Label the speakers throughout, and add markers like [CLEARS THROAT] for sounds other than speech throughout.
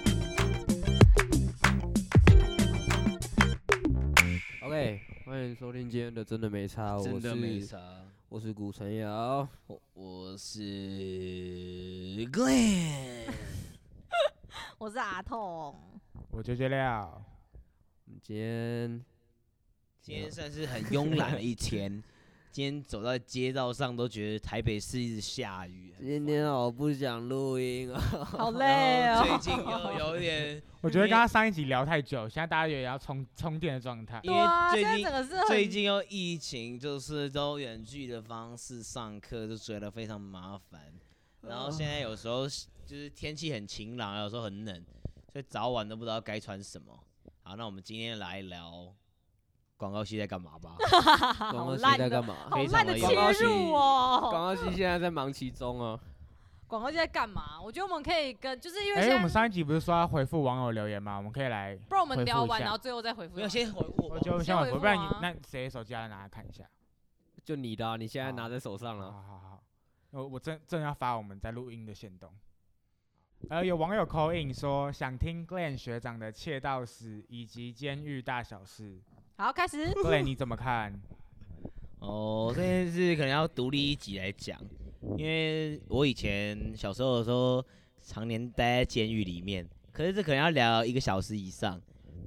Speaker 1: [LAUGHS] 真 [LAUGHS] 的真的没差，我
Speaker 2: 真的没
Speaker 1: 是
Speaker 2: 啥。
Speaker 1: 我是古城瑶，
Speaker 2: 我我是
Speaker 3: [LAUGHS]
Speaker 2: Glen，
Speaker 3: 我是阿
Speaker 2: [LAUGHS]
Speaker 3: 痛，
Speaker 4: 我解决了，
Speaker 1: 今天
Speaker 2: 今天算是很慵懒的一
Speaker 3: [LAUGHS]
Speaker 2: 天。今天走在街道上都觉得台北市一直下雨，
Speaker 3: [LAUGHS]
Speaker 2: 很
Speaker 1: 今天好不想录音 [LAUGHS] 啊，
Speaker 3: 好累
Speaker 2: 然后最
Speaker 3: 哦。
Speaker 2: 近又有点，
Speaker 4: 我觉得刚刚上一集聊太久，现在大家也要充充电的状态。
Speaker 2: 因
Speaker 3: [LAUGHS] 对啊，
Speaker 2: 为最近
Speaker 3: 现在整个是很
Speaker 2: 最近又疫情，就是都远距的方式上课，就觉得非常麻烦。然后现在有时候是就是天气很晴朗，有时候很冷，所以早晚都不知道该穿什么。好，那我们今天来聊广告系在干嘛吧。
Speaker 1: 广
Speaker 3: 好
Speaker 1: 告系
Speaker 3: 烂
Speaker 1: 在
Speaker 3: 的
Speaker 1: 干，嘛？
Speaker 3: 好
Speaker 2: 非常
Speaker 3: 烂的
Speaker 2: 的
Speaker 3: 切
Speaker 1: 广告系
Speaker 3: 入哦。
Speaker 1: 广告系现在在忙其中啊，
Speaker 3: 广告现在干嘛？我觉得我们可以跟，就是因为
Speaker 4: 哎、
Speaker 3: 现在，
Speaker 4: 我们上一集不是说要回复网友留言吗？我们可以来，
Speaker 3: 不然我们聊
Speaker 4: 回复一
Speaker 3: 完，
Speaker 4: 下
Speaker 3: 然后最后再回复。
Speaker 2: 没有，
Speaker 1: 啊
Speaker 2: 先回我
Speaker 4: 我觉得我们
Speaker 3: 先回
Speaker 4: 先回复，
Speaker 3: 复
Speaker 4: 不然你
Speaker 3: 啊
Speaker 4: 那谁手机要拿来看一下？
Speaker 1: 就你的啊，你现在
Speaker 4: 好
Speaker 1: 拿在手上啊了。
Speaker 4: 好好好，我我正正要发我们在录音的线动。呃，有网友 call in 说想听 Glenn 学长的窃盗史以及监狱大
Speaker 3: [LAUGHS]
Speaker 4: 小事
Speaker 3: 好开始。
Speaker 4: ，Glenn 你怎么看？
Speaker 2: 哦，这件事可能要独立一集来讲，因为我以前小时候的时候，常年待在监狱里面，可是这可能要聊一个小时以上，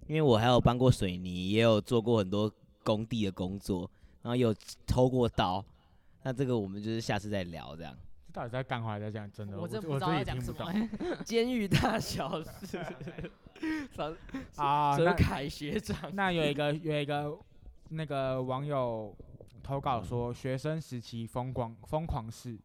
Speaker 2: 因为我还有搬过水泥，也有做过很多工地的工作，然后也有偷过刀，那这个我们就是下次再聊这样。
Speaker 4: 这到底在干话？在讲真的，
Speaker 3: [LAUGHS]
Speaker 4: 我
Speaker 3: 我真
Speaker 4: 自
Speaker 3: 不知
Speaker 4: 嗯我
Speaker 3: 道
Speaker 4: 自
Speaker 3: 要
Speaker 4: 己
Speaker 3: 讲
Speaker 4: 听
Speaker 3: 什
Speaker 4: 不
Speaker 3: 么
Speaker 4: 懂
Speaker 3: 欸。
Speaker 1: 监狱大小
Speaker 2: [LAUGHS]
Speaker 1: 事，张
Speaker 3: [LAUGHS]
Speaker 4: 啊。
Speaker 1: 哲
Speaker 4: 那
Speaker 1: 凯学长，
Speaker 4: 那有一个有一个那个网友投稿说，学生时期疯狂疯狂事，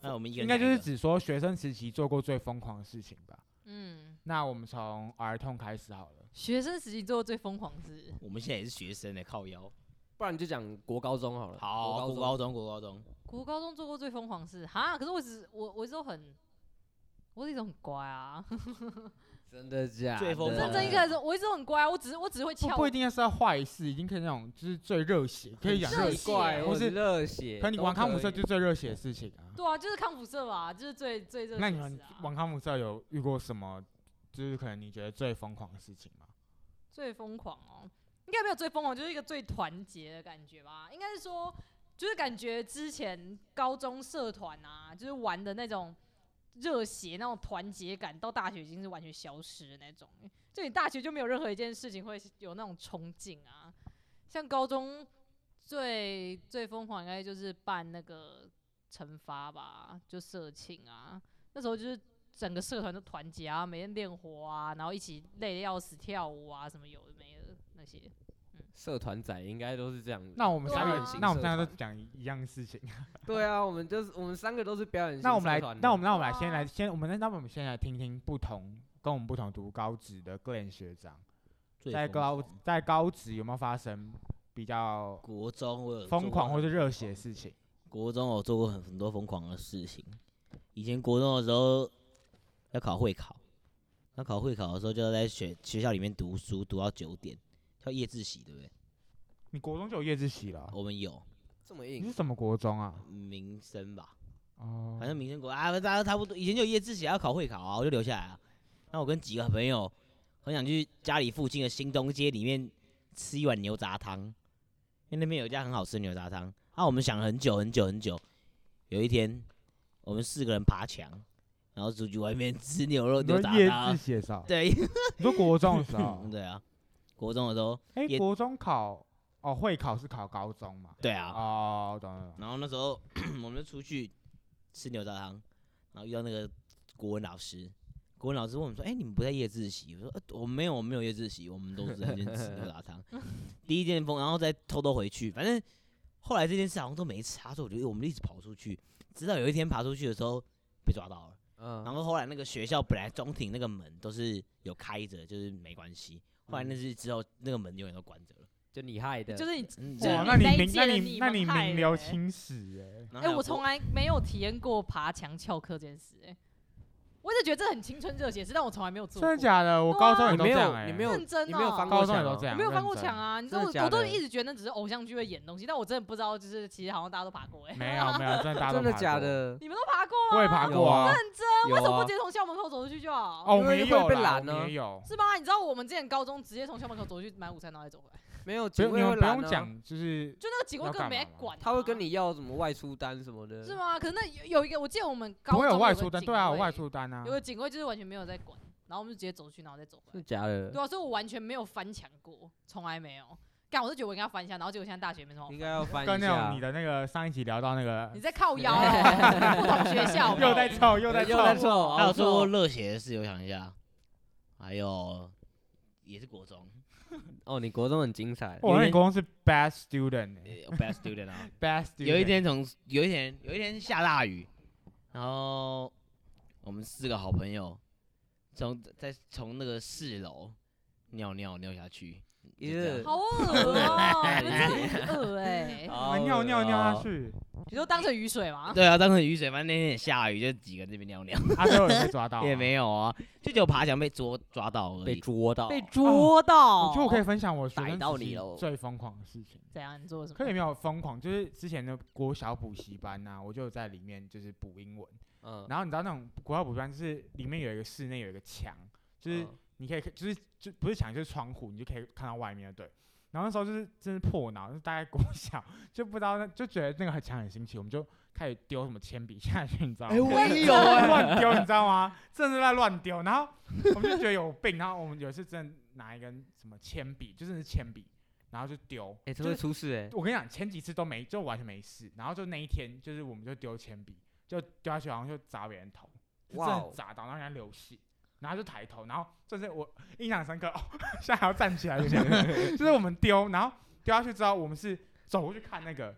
Speaker 2: 那我们一个
Speaker 4: 应
Speaker 2: 人
Speaker 4: 该
Speaker 2: 讲
Speaker 4: 就是
Speaker 2: 一个
Speaker 4: 只说学生时期做过最疯狂的事情吧。
Speaker 3: [LAUGHS] 嗯，
Speaker 4: 那我们从儿童开始好了。
Speaker 3: 学生时期做过最疯狂的事，
Speaker 2: 我们现在也是学生的、欸靠腰。
Speaker 1: 不然你就讲国高中好了。
Speaker 2: 好，
Speaker 1: 国
Speaker 2: 国
Speaker 1: 高
Speaker 2: 高
Speaker 1: 中
Speaker 2: 中，国高中，
Speaker 3: 国高中做过最疯狂的事。哈，可是我只我我一直都很，我一直都很乖啊。
Speaker 1: 真的假的？
Speaker 2: 最疯狂
Speaker 3: 认真一个来说，我一直都很乖啊，我只是我只是会
Speaker 4: 不
Speaker 3: 翘。
Speaker 4: 不一定要是要坏事，已经可以那种就是最热血，可以讲
Speaker 3: 热
Speaker 4: 热
Speaker 3: 血
Speaker 4: 血，
Speaker 1: 怪，
Speaker 4: 或
Speaker 1: 啊我是
Speaker 4: 是
Speaker 1: 热血。
Speaker 4: 可你玩康
Speaker 1: 康
Speaker 4: 普
Speaker 1: 姆
Speaker 4: 社就是最热血的事情啊。
Speaker 3: 对啊，就是康复社吧，就是最最热血
Speaker 4: 那你
Speaker 3: 的
Speaker 4: 们
Speaker 3: 事啊
Speaker 4: 玩康普社有遇过什么，就是可能你觉得最疯狂的事情吗？
Speaker 3: 最疯狂哦，应该没有最疯狂，就是一个最团结的感觉吧。应该是说，就是感觉之前高中社团啊，就是玩的那种热血、那种团结感，到大学已经是完全消失的那种。就你大学就没有任何一件事情会有那种冲劲啊。像高中最最疯狂应该就是办那个惩罚吧，就社庆啊，那时候就是整个社团都团结啊，每天练活啊，然后一起累得要死跳舞啊，什么有的没的那些。
Speaker 1: 社团仔应该都是这样子。
Speaker 4: 那我们
Speaker 3: 对
Speaker 4: 三个
Speaker 3: 啊，
Speaker 4: 那我们三个都讲一样的事情。
Speaker 1: 对啊，我们就是我们三个都是表演型
Speaker 4: 那我们
Speaker 1: 社
Speaker 4: 来
Speaker 1: 团，的
Speaker 4: 那我们那我们来
Speaker 3: 对啊
Speaker 4: 先来先，我们那那我们先来听听不同跟我们不同读高职的 Glenn 学长，
Speaker 2: 最
Speaker 4: 在
Speaker 2: 疯
Speaker 4: 高
Speaker 2: 狂
Speaker 4: 在高职有没有发生比较
Speaker 2: 国中
Speaker 1: 呃
Speaker 2: 我有做
Speaker 4: 疯狂
Speaker 2: 过
Speaker 4: 或是热血的事情？
Speaker 2: 国中我做过很很多疯狂的事情。以前国中的时候要考会考，那考会考的时候就要在学学校里面读书，读到九点，叫夜自习，对不对？
Speaker 4: 你国中就有夜自习了啊？
Speaker 1: 哦
Speaker 2: 我们有
Speaker 1: 这么
Speaker 4: 你
Speaker 1: 硬
Speaker 4: 是，什么国中啊？
Speaker 2: 民生吧，
Speaker 4: 哦，
Speaker 2: 反正民生国啊，大家差不多。以前就有夜自习，还要考会考啊，我就留下来啊。那我跟几个朋友很想去家里附近的新东街里面吃一碗牛杂汤，因为那边有一家很好吃的牛杂汤。啊，我们想了很久很久很久，有一天我们四个人爬墙，然后出去外面吃牛肉
Speaker 4: 你说
Speaker 2: 牛杂
Speaker 4: 夜自
Speaker 1: 啊
Speaker 2: 汤。
Speaker 4: 习的时候，
Speaker 2: 对
Speaker 4: 你说国中的时候，
Speaker 1: 嗯 [LAUGHS]
Speaker 2: 对啊，国中的时候，
Speaker 4: 哎，
Speaker 2: 夜
Speaker 4: 国中考哦，会考是考高中嘛？
Speaker 2: 对啊，
Speaker 4: 哦，懂了懂了。
Speaker 2: 然后那时候 [CLEARS THROAT] 我们就出去吃牛杂汤，然后遇到那个国文老师，国文老师问我们说：“哎、你们不在夜自习？”我说：“呃、我们没有，我们没有夜自习，我们都是在那边吃牛杂汤。”第一件风，然后再偷偷回去，反正后来这件事好像都没查，所以我觉得我们一直跑出去，直到有一天爬出去的时候被抓到了。然
Speaker 1: 嗯，
Speaker 2: 后后来那个学校本来中庭那个门都是有开着，就是没关系。后来那是之后那个门永远都关着了。
Speaker 1: 就你害的，
Speaker 3: 就是你，
Speaker 2: 嗯，
Speaker 3: 就是
Speaker 4: 哇，
Speaker 3: 你
Speaker 4: 那
Speaker 3: 那一
Speaker 4: 名
Speaker 3: 届
Speaker 4: 那
Speaker 3: 的
Speaker 4: 你
Speaker 3: 你
Speaker 4: 那
Speaker 3: 们
Speaker 4: 你
Speaker 3: 害
Speaker 4: 名留
Speaker 3: 了欸
Speaker 4: 青史哎，
Speaker 2: 然后
Speaker 3: 哎、
Speaker 2: 还有
Speaker 3: 我
Speaker 2: 国
Speaker 3: 从来没有体验过爬墙翘课这件事、哎，我一直觉得这很青春热血，是但我从来没有做
Speaker 4: 真
Speaker 3: 过。
Speaker 4: 的假的？我高中也
Speaker 1: 你
Speaker 4: 都
Speaker 1: 没
Speaker 4: 这样
Speaker 1: 有，
Speaker 4: 哎，
Speaker 1: 你没有，
Speaker 3: 认真哦、
Speaker 1: 你没有翻过
Speaker 4: 高中也
Speaker 1: 墙
Speaker 4: 都
Speaker 1: 哦
Speaker 4: 这样，
Speaker 3: 我没有翻
Speaker 4: 认
Speaker 3: 过
Speaker 4: 真
Speaker 3: 墙啊！你知
Speaker 1: 真
Speaker 3: 道
Speaker 1: 的
Speaker 3: 我
Speaker 1: 假
Speaker 3: 我都
Speaker 1: 的
Speaker 3: 一直觉得那只是偶像剧会演的东西，但我真的不知道，就是其实好像大家都爬过哎、
Speaker 4: 没有没有，真的大家都
Speaker 1: 真的
Speaker 4: 爬
Speaker 1: 假
Speaker 4: 过？
Speaker 1: 的？
Speaker 3: [LAUGHS] 你们都爬过啊？
Speaker 4: 我也爬
Speaker 1: 有
Speaker 4: 过
Speaker 1: 啊
Speaker 4: 啊。
Speaker 3: 认真，
Speaker 1: 有
Speaker 3: 为什么
Speaker 1: 啊
Speaker 3: 不直接从校门口走出去就好？
Speaker 4: 哦，我
Speaker 1: 因
Speaker 4: 们
Speaker 1: 为
Speaker 4: 也
Speaker 1: 会
Speaker 4: 有
Speaker 1: 被
Speaker 4: 啦
Speaker 1: 拦啊
Speaker 4: 我们
Speaker 1: 呢
Speaker 4: 也有。
Speaker 3: 是吧？你知道我们之前高中直接从校门口走出去买午餐，然后再走回来。
Speaker 1: 没有
Speaker 4: 不
Speaker 1: 警
Speaker 4: 用你
Speaker 1: 卫会
Speaker 4: 们不
Speaker 1: 拦
Speaker 4: 用
Speaker 1: 啊，
Speaker 4: 讲，就是
Speaker 3: 就那个警卫
Speaker 4: 要
Speaker 3: 根本
Speaker 4: 干
Speaker 3: 没
Speaker 4: 嘛吗
Speaker 3: 管、
Speaker 1: 他会跟。你要什么外出单什么的。
Speaker 3: 是吗？可是那有有一个，我记得我们高中
Speaker 4: 不会有
Speaker 3: 个
Speaker 4: 外出单，
Speaker 3: 警
Speaker 4: 对啊，有
Speaker 3: 卫
Speaker 4: 外出单啊
Speaker 3: 有。个警卫就是完全没有在管，然后我们就直接走去，然后再走
Speaker 1: 真的
Speaker 3: 回来。
Speaker 1: 假的
Speaker 3: 对？啊，所以我完全没有翻墙过，从来没有。干，我就觉得我应该翻一下，然后结果现在大学没什么好
Speaker 1: 应
Speaker 4: 嗯
Speaker 3: 翻。
Speaker 1: 该要翻
Speaker 4: 跟
Speaker 1: 一
Speaker 4: 那
Speaker 1: 下
Speaker 4: 种你。的那个上一集聊到那个
Speaker 3: 你，在靠腰、
Speaker 4: [LAUGHS]
Speaker 3: 哦，不同学校
Speaker 4: 又在凑又
Speaker 1: 哎又在
Speaker 4: 在凑，
Speaker 1: 错，
Speaker 2: 还有做过
Speaker 1: 错
Speaker 2: 热血的事，我想一下，还有也是国中
Speaker 1: 哦，你国中很精彩。
Speaker 4: 我
Speaker 2: 有
Speaker 4: 那
Speaker 2: 一
Speaker 4: 国中是 bad student
Speaker 2: 呃
Speaker 4: 欸
Speaker 2: best student [LAUGHS] 啊，
Speaker 4: bad student。
Speaker 2: 有一天从有一天有一天下大雨，然后我们四个好朋友从在从那个四楼尿尿尿下去，就这样
Speaker 1: 耶
Speaker 3: 好恶哦、你们真的很恶哎、
Speaker 1: 哦
Speaker 4: 你们尿尿啊尿下。去，
Speaker 3: 你说当成雨水
Speaker 4: 哦
Speaker 3: 吗？
Speaker 2: [LAUGHS] 对啊，当成雨水，反正那天也下雨，就几个人这边尿尿，
Speaker 1: 哦
Speaker 4: 啊，最后也被
Speaker 1: [LAUGHS]
Speaker 4: 抓到啊。
Speaker 2: [LAUGHS] 也没有啊，就只有爬墙被捉抓到而
Speaker 1: 被
Speaker 2: 已。
Speaker 1: 捉到，
Speaker 3: 被
Speaker 4: [LAUGHS]
Speaker 3: 捉哦到，
Speaker 4: 哦我觉得我可以分享我学
Speaker 1: 逮
Speaker 4: 生
Speaker 1: 到
Speaker 4: 时
Speaker 1: 你
Speaker 4: 期
Speaker 1: 喽
Speaker 4: 最疯狂的事情。
Speaker 3: 怎样？你做了什么？
Speaker 4: 可也没有疯狂，就是之前的国小补习班呐、我就有在里面就是补英文。
Speaker 1: 嗯，
Speaker 4: 然后你知道那种国小补习班，就是里面有一个室内有一个墙，就是
Speaker 1: 嗯
Speaker 4: 你可以就是就不是墙就是窗户，你就可以看到外面的对。然后那时候就是真是破脑，就是大概国小就不知道那就觉得那个墙很新奇，我们就开始丢什么铅笔下去，你知道
Speaker 3: 哎
Speaker 4: 吗？
Speaker 1: 我也有
Speaker 4: 乱 [LAUGHS]
Speaker 3: 啊
Speaker 4: 乱丢，你知
Speaker 1: [LAUGHS]
Speaker 4: 道吗？真的在乱丢，然后我们就觉得有病，然后我们有一次真的拿一根什么铅笔，就真的是铅笔，然后就丢，
Speaker 1: 哎，这
Speaker 4: 就
Speaker 1: 会
Speaker 4: 是
Speaker 1: 出事哎，
Speaker 4: 我跟你讲，前几次都没，就完全没事。然后就那一天，就是我们就丢铅笔，就丢下去，好像就砸别人头，就真
Speaker 1: 哇
Speaker 4: 的
Speaker 1: 哦
Speaker 4: 砸到，然后人家流血，然后就抬头，然后 [LAUGHS] 就是我印象深刻，哦，现在还要站起来，有点 [LAUGHS] 就是我们丢，然后丢下去之后，我们是走过去看那个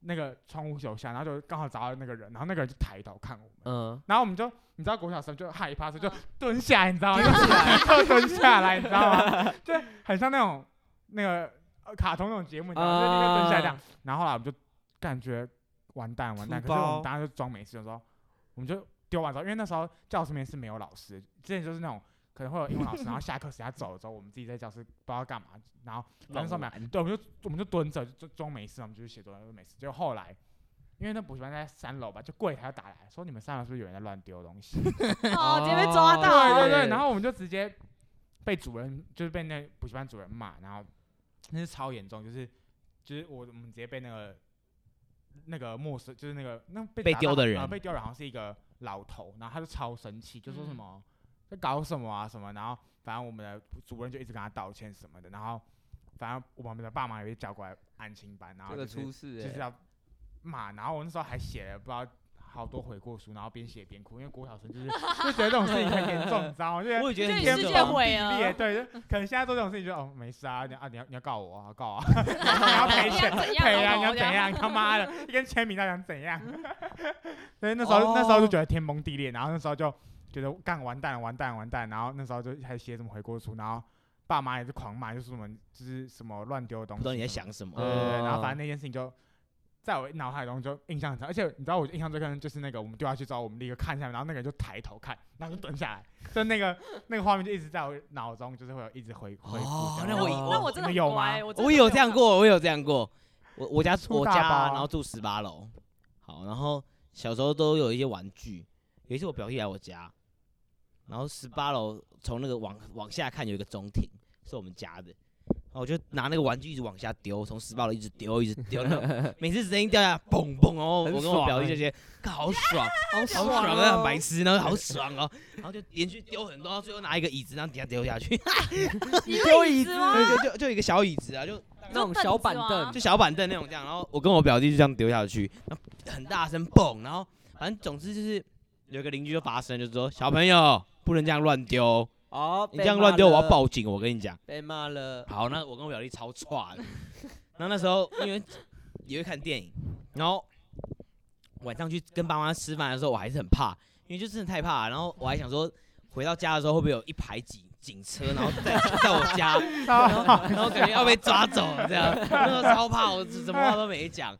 Speaker 4: 那个窗户楼下，然后就刚好砸到那个人，然后那个人就抬头看我们。
Speaker 1: 嗯，
Speaker 4: 然后我们就，你知道国小生就害怕，所以就
Speaker 3: 嗯
Speaker 4: 蹲下来，你知道吗？ [LAUGHS] 就就蹲下来，你知道吗？ [LAUGHS] 就很像那种那个呃卡通那种节目，你知道
Speaker 1: 啊
Speaker 4: 吗？就立刻蹲下来这样。然后后来我们就感觉完蛋完蛋，可
Speaker 1: 粗
Speaker 4: 是我
Speaker 1: 包
Speaker 4: 们当时就装没事的时候，我们就丢完之后，因为那时候教室里面是没有老师，之前就是那种可能会有英文老师，然后下课时他走了之后，我们自己在教室不知道干嘛，然后反正说没有，对，我们就我们就蹲着就装没事，我们就去写作业，就没事。就后来。因为那补习班在三楼吧，就柜台要打来说你们三楼是不是有人在乱丢东西？
Speaker 3: 哦，直接被抓
Speaker 4: 对
Speaker 3: 到，
Speaker 4: 对对，然后我们就直接被主任，就是被那补习班主任骂，然后那是超严重，就是就是我我们直接被那个那个陌生，就是那个那被
Speaker 2: 被
Speaker 4: 打到
Speaker 2: 丢的
Speaker 4: 呃
Speaker 2: 人
Speaker 4: 被丢的人好像是一个老头，然后他就超生气，就说什么、在搞什么啊什么，然后反正我们的主任就一直跟他道歉什么的，然后反正我们的爸妈也被叫过来安亲班，然后
Speaker 1: 这
Speaker 4: 就
Speaker 1: 个
Speaker 4: 是
Speaker 1: 出事
Speaker 4: 啊就
Speaker 1: 哎，
Speaker 4: 是要骂。然后我那时候还写了不知道好多悔过书，然后边写边哭，因为国小生就是就觉得这种事情很严重，你知道吗？就
Speaker 2: 我
Speaker 4: 是
Speaker 2: 也觉得很啊
Speaker 3: 就你
Speaker 4: 天
Speaker 3: 世
Speaker 2: 严
Speaker 3: 界
Speaker 2: 重
Speaker 3: 毁
Speaker 4: 崩地裂，
Speaker 3: 了，
Speaker 4: 对，就可能现在做这种事情就哦没事啊，你啊你要你要告我啊，告啊，你要赔钱
Speaker 3: [LAUGHS] 怎样
Speaker 4: 赔啊，
Speaker 3: 老
Speaker 4: 你要
Speaker 3: 头
Speaker 4: 怎
Speaker 3: 这样
Speaker 4: 样？你他妈的，一根铅笔到底想怎样？ [LAUGHS] 所以那时候那
Speaker 2: 哦
Speaker 4: 时候就觉得天崩地裂，然后那时候就觉得干完蛋了完蛋了完蛋了，然后那时候就还写什么悔过书，然后爸妈也是狂骂，就是什么就是什么乱丢的东
Speaker 2: 不
Speaker 4: 西，
Speaker 2: 知道你在想什
Speaker 4: 对
Speaker 2: 么。
Speaker 4: 对对，然后
Speaker 1: 哦
Speaker 4: 反正那件事情就在我脑海中就印象很深，而且你知道我印象最深就是那个我们丢下去之后，我们立刻看下来，然后那个人就抬头看，然后就蹲下来，就那个那个画面就一直在我脑中，就是会有一直回回复
Speaker 2: 哦
Speaker 4: 这样。
Speaker 2: 那我以
Speaker 3: 那我真的很
Speaker 4: 你们有吗
Speaker 3: 乖？我真的
Speaker 2: 我
Speaker 3: 没
Speaker 2: 有这样
Speaker 3: 看，
Speaker 2: 过，我有这样过。我我家
Speaker 4: 出
Speaker 2: 我
Speaker 4: 大
Speaker 2: 家
Speaker 4: 包
Speaker 2: 啊，
Speaker 4: 啊
Speaker 2: 然后住十八楼，好，然后小时候都有一些玩具。有一次我表弟来我家，然后十八楼从那个往往下看有一个中庭，是我们家的，然后我就拿那个玩具一直往下丢，从十八楼一直丢一直丢，然 [LAUGHS] 后每次声音掉下来，嘣嘣，然后我
Speaker 1: 很
Speaker 2: 跟我
Speaker 1: 爽
Speaker 2: 表弟
Speaker 1: 欸
Speaker 2: 就觉得，干好
Speaker 1: 好
Speaker 2: 爽，
Speaker 1: 哦
Speaker 2: 好爽啊，很白痴，然后好爽哦，然后就连续丢很多，然后最后拿一个椅子，然后底下丢下去， [LAUGHS]
Speaker 3: 你
Speaker 1: 丢
Speaker 3: 椅
Speaker 1: 椅
Speaker 3: 子
Speaker 1: 子
Speaker 3: 吗？
Speaker 2: 就就就有一个小椅子啊，就
Speaker 1: 那种小板
Speaker 3: 凳
Speaker 1: 凳
Speaker 2: 就，小板凳那种这样，然后我跟我表弟就这样丢下去，然后很大声蹦，然后反正总之就是有一个邻居就发声，就说小朋友不能这样乱丢，
Speaker 1: 哦，
Speaker 2: 你这样乱丢我要，报警，我跟你讲。
Speaker 1: 被骂
Speaker 4: [LAUGHS]
Speaker 1: 了，
Speaker 2: 好，那我跟我表弟超差的，然后那时候因为也会看电影，然后晚上去跟爸妈吃饭的时候，我还是很怕，因为就真的太怕了，然后我还想说回到家的时候会不会有一排警警车，然后在在我家。然后然后感觉要 [LAUGHS] 被抓走这样，那时候超怕，我什么话都没讲，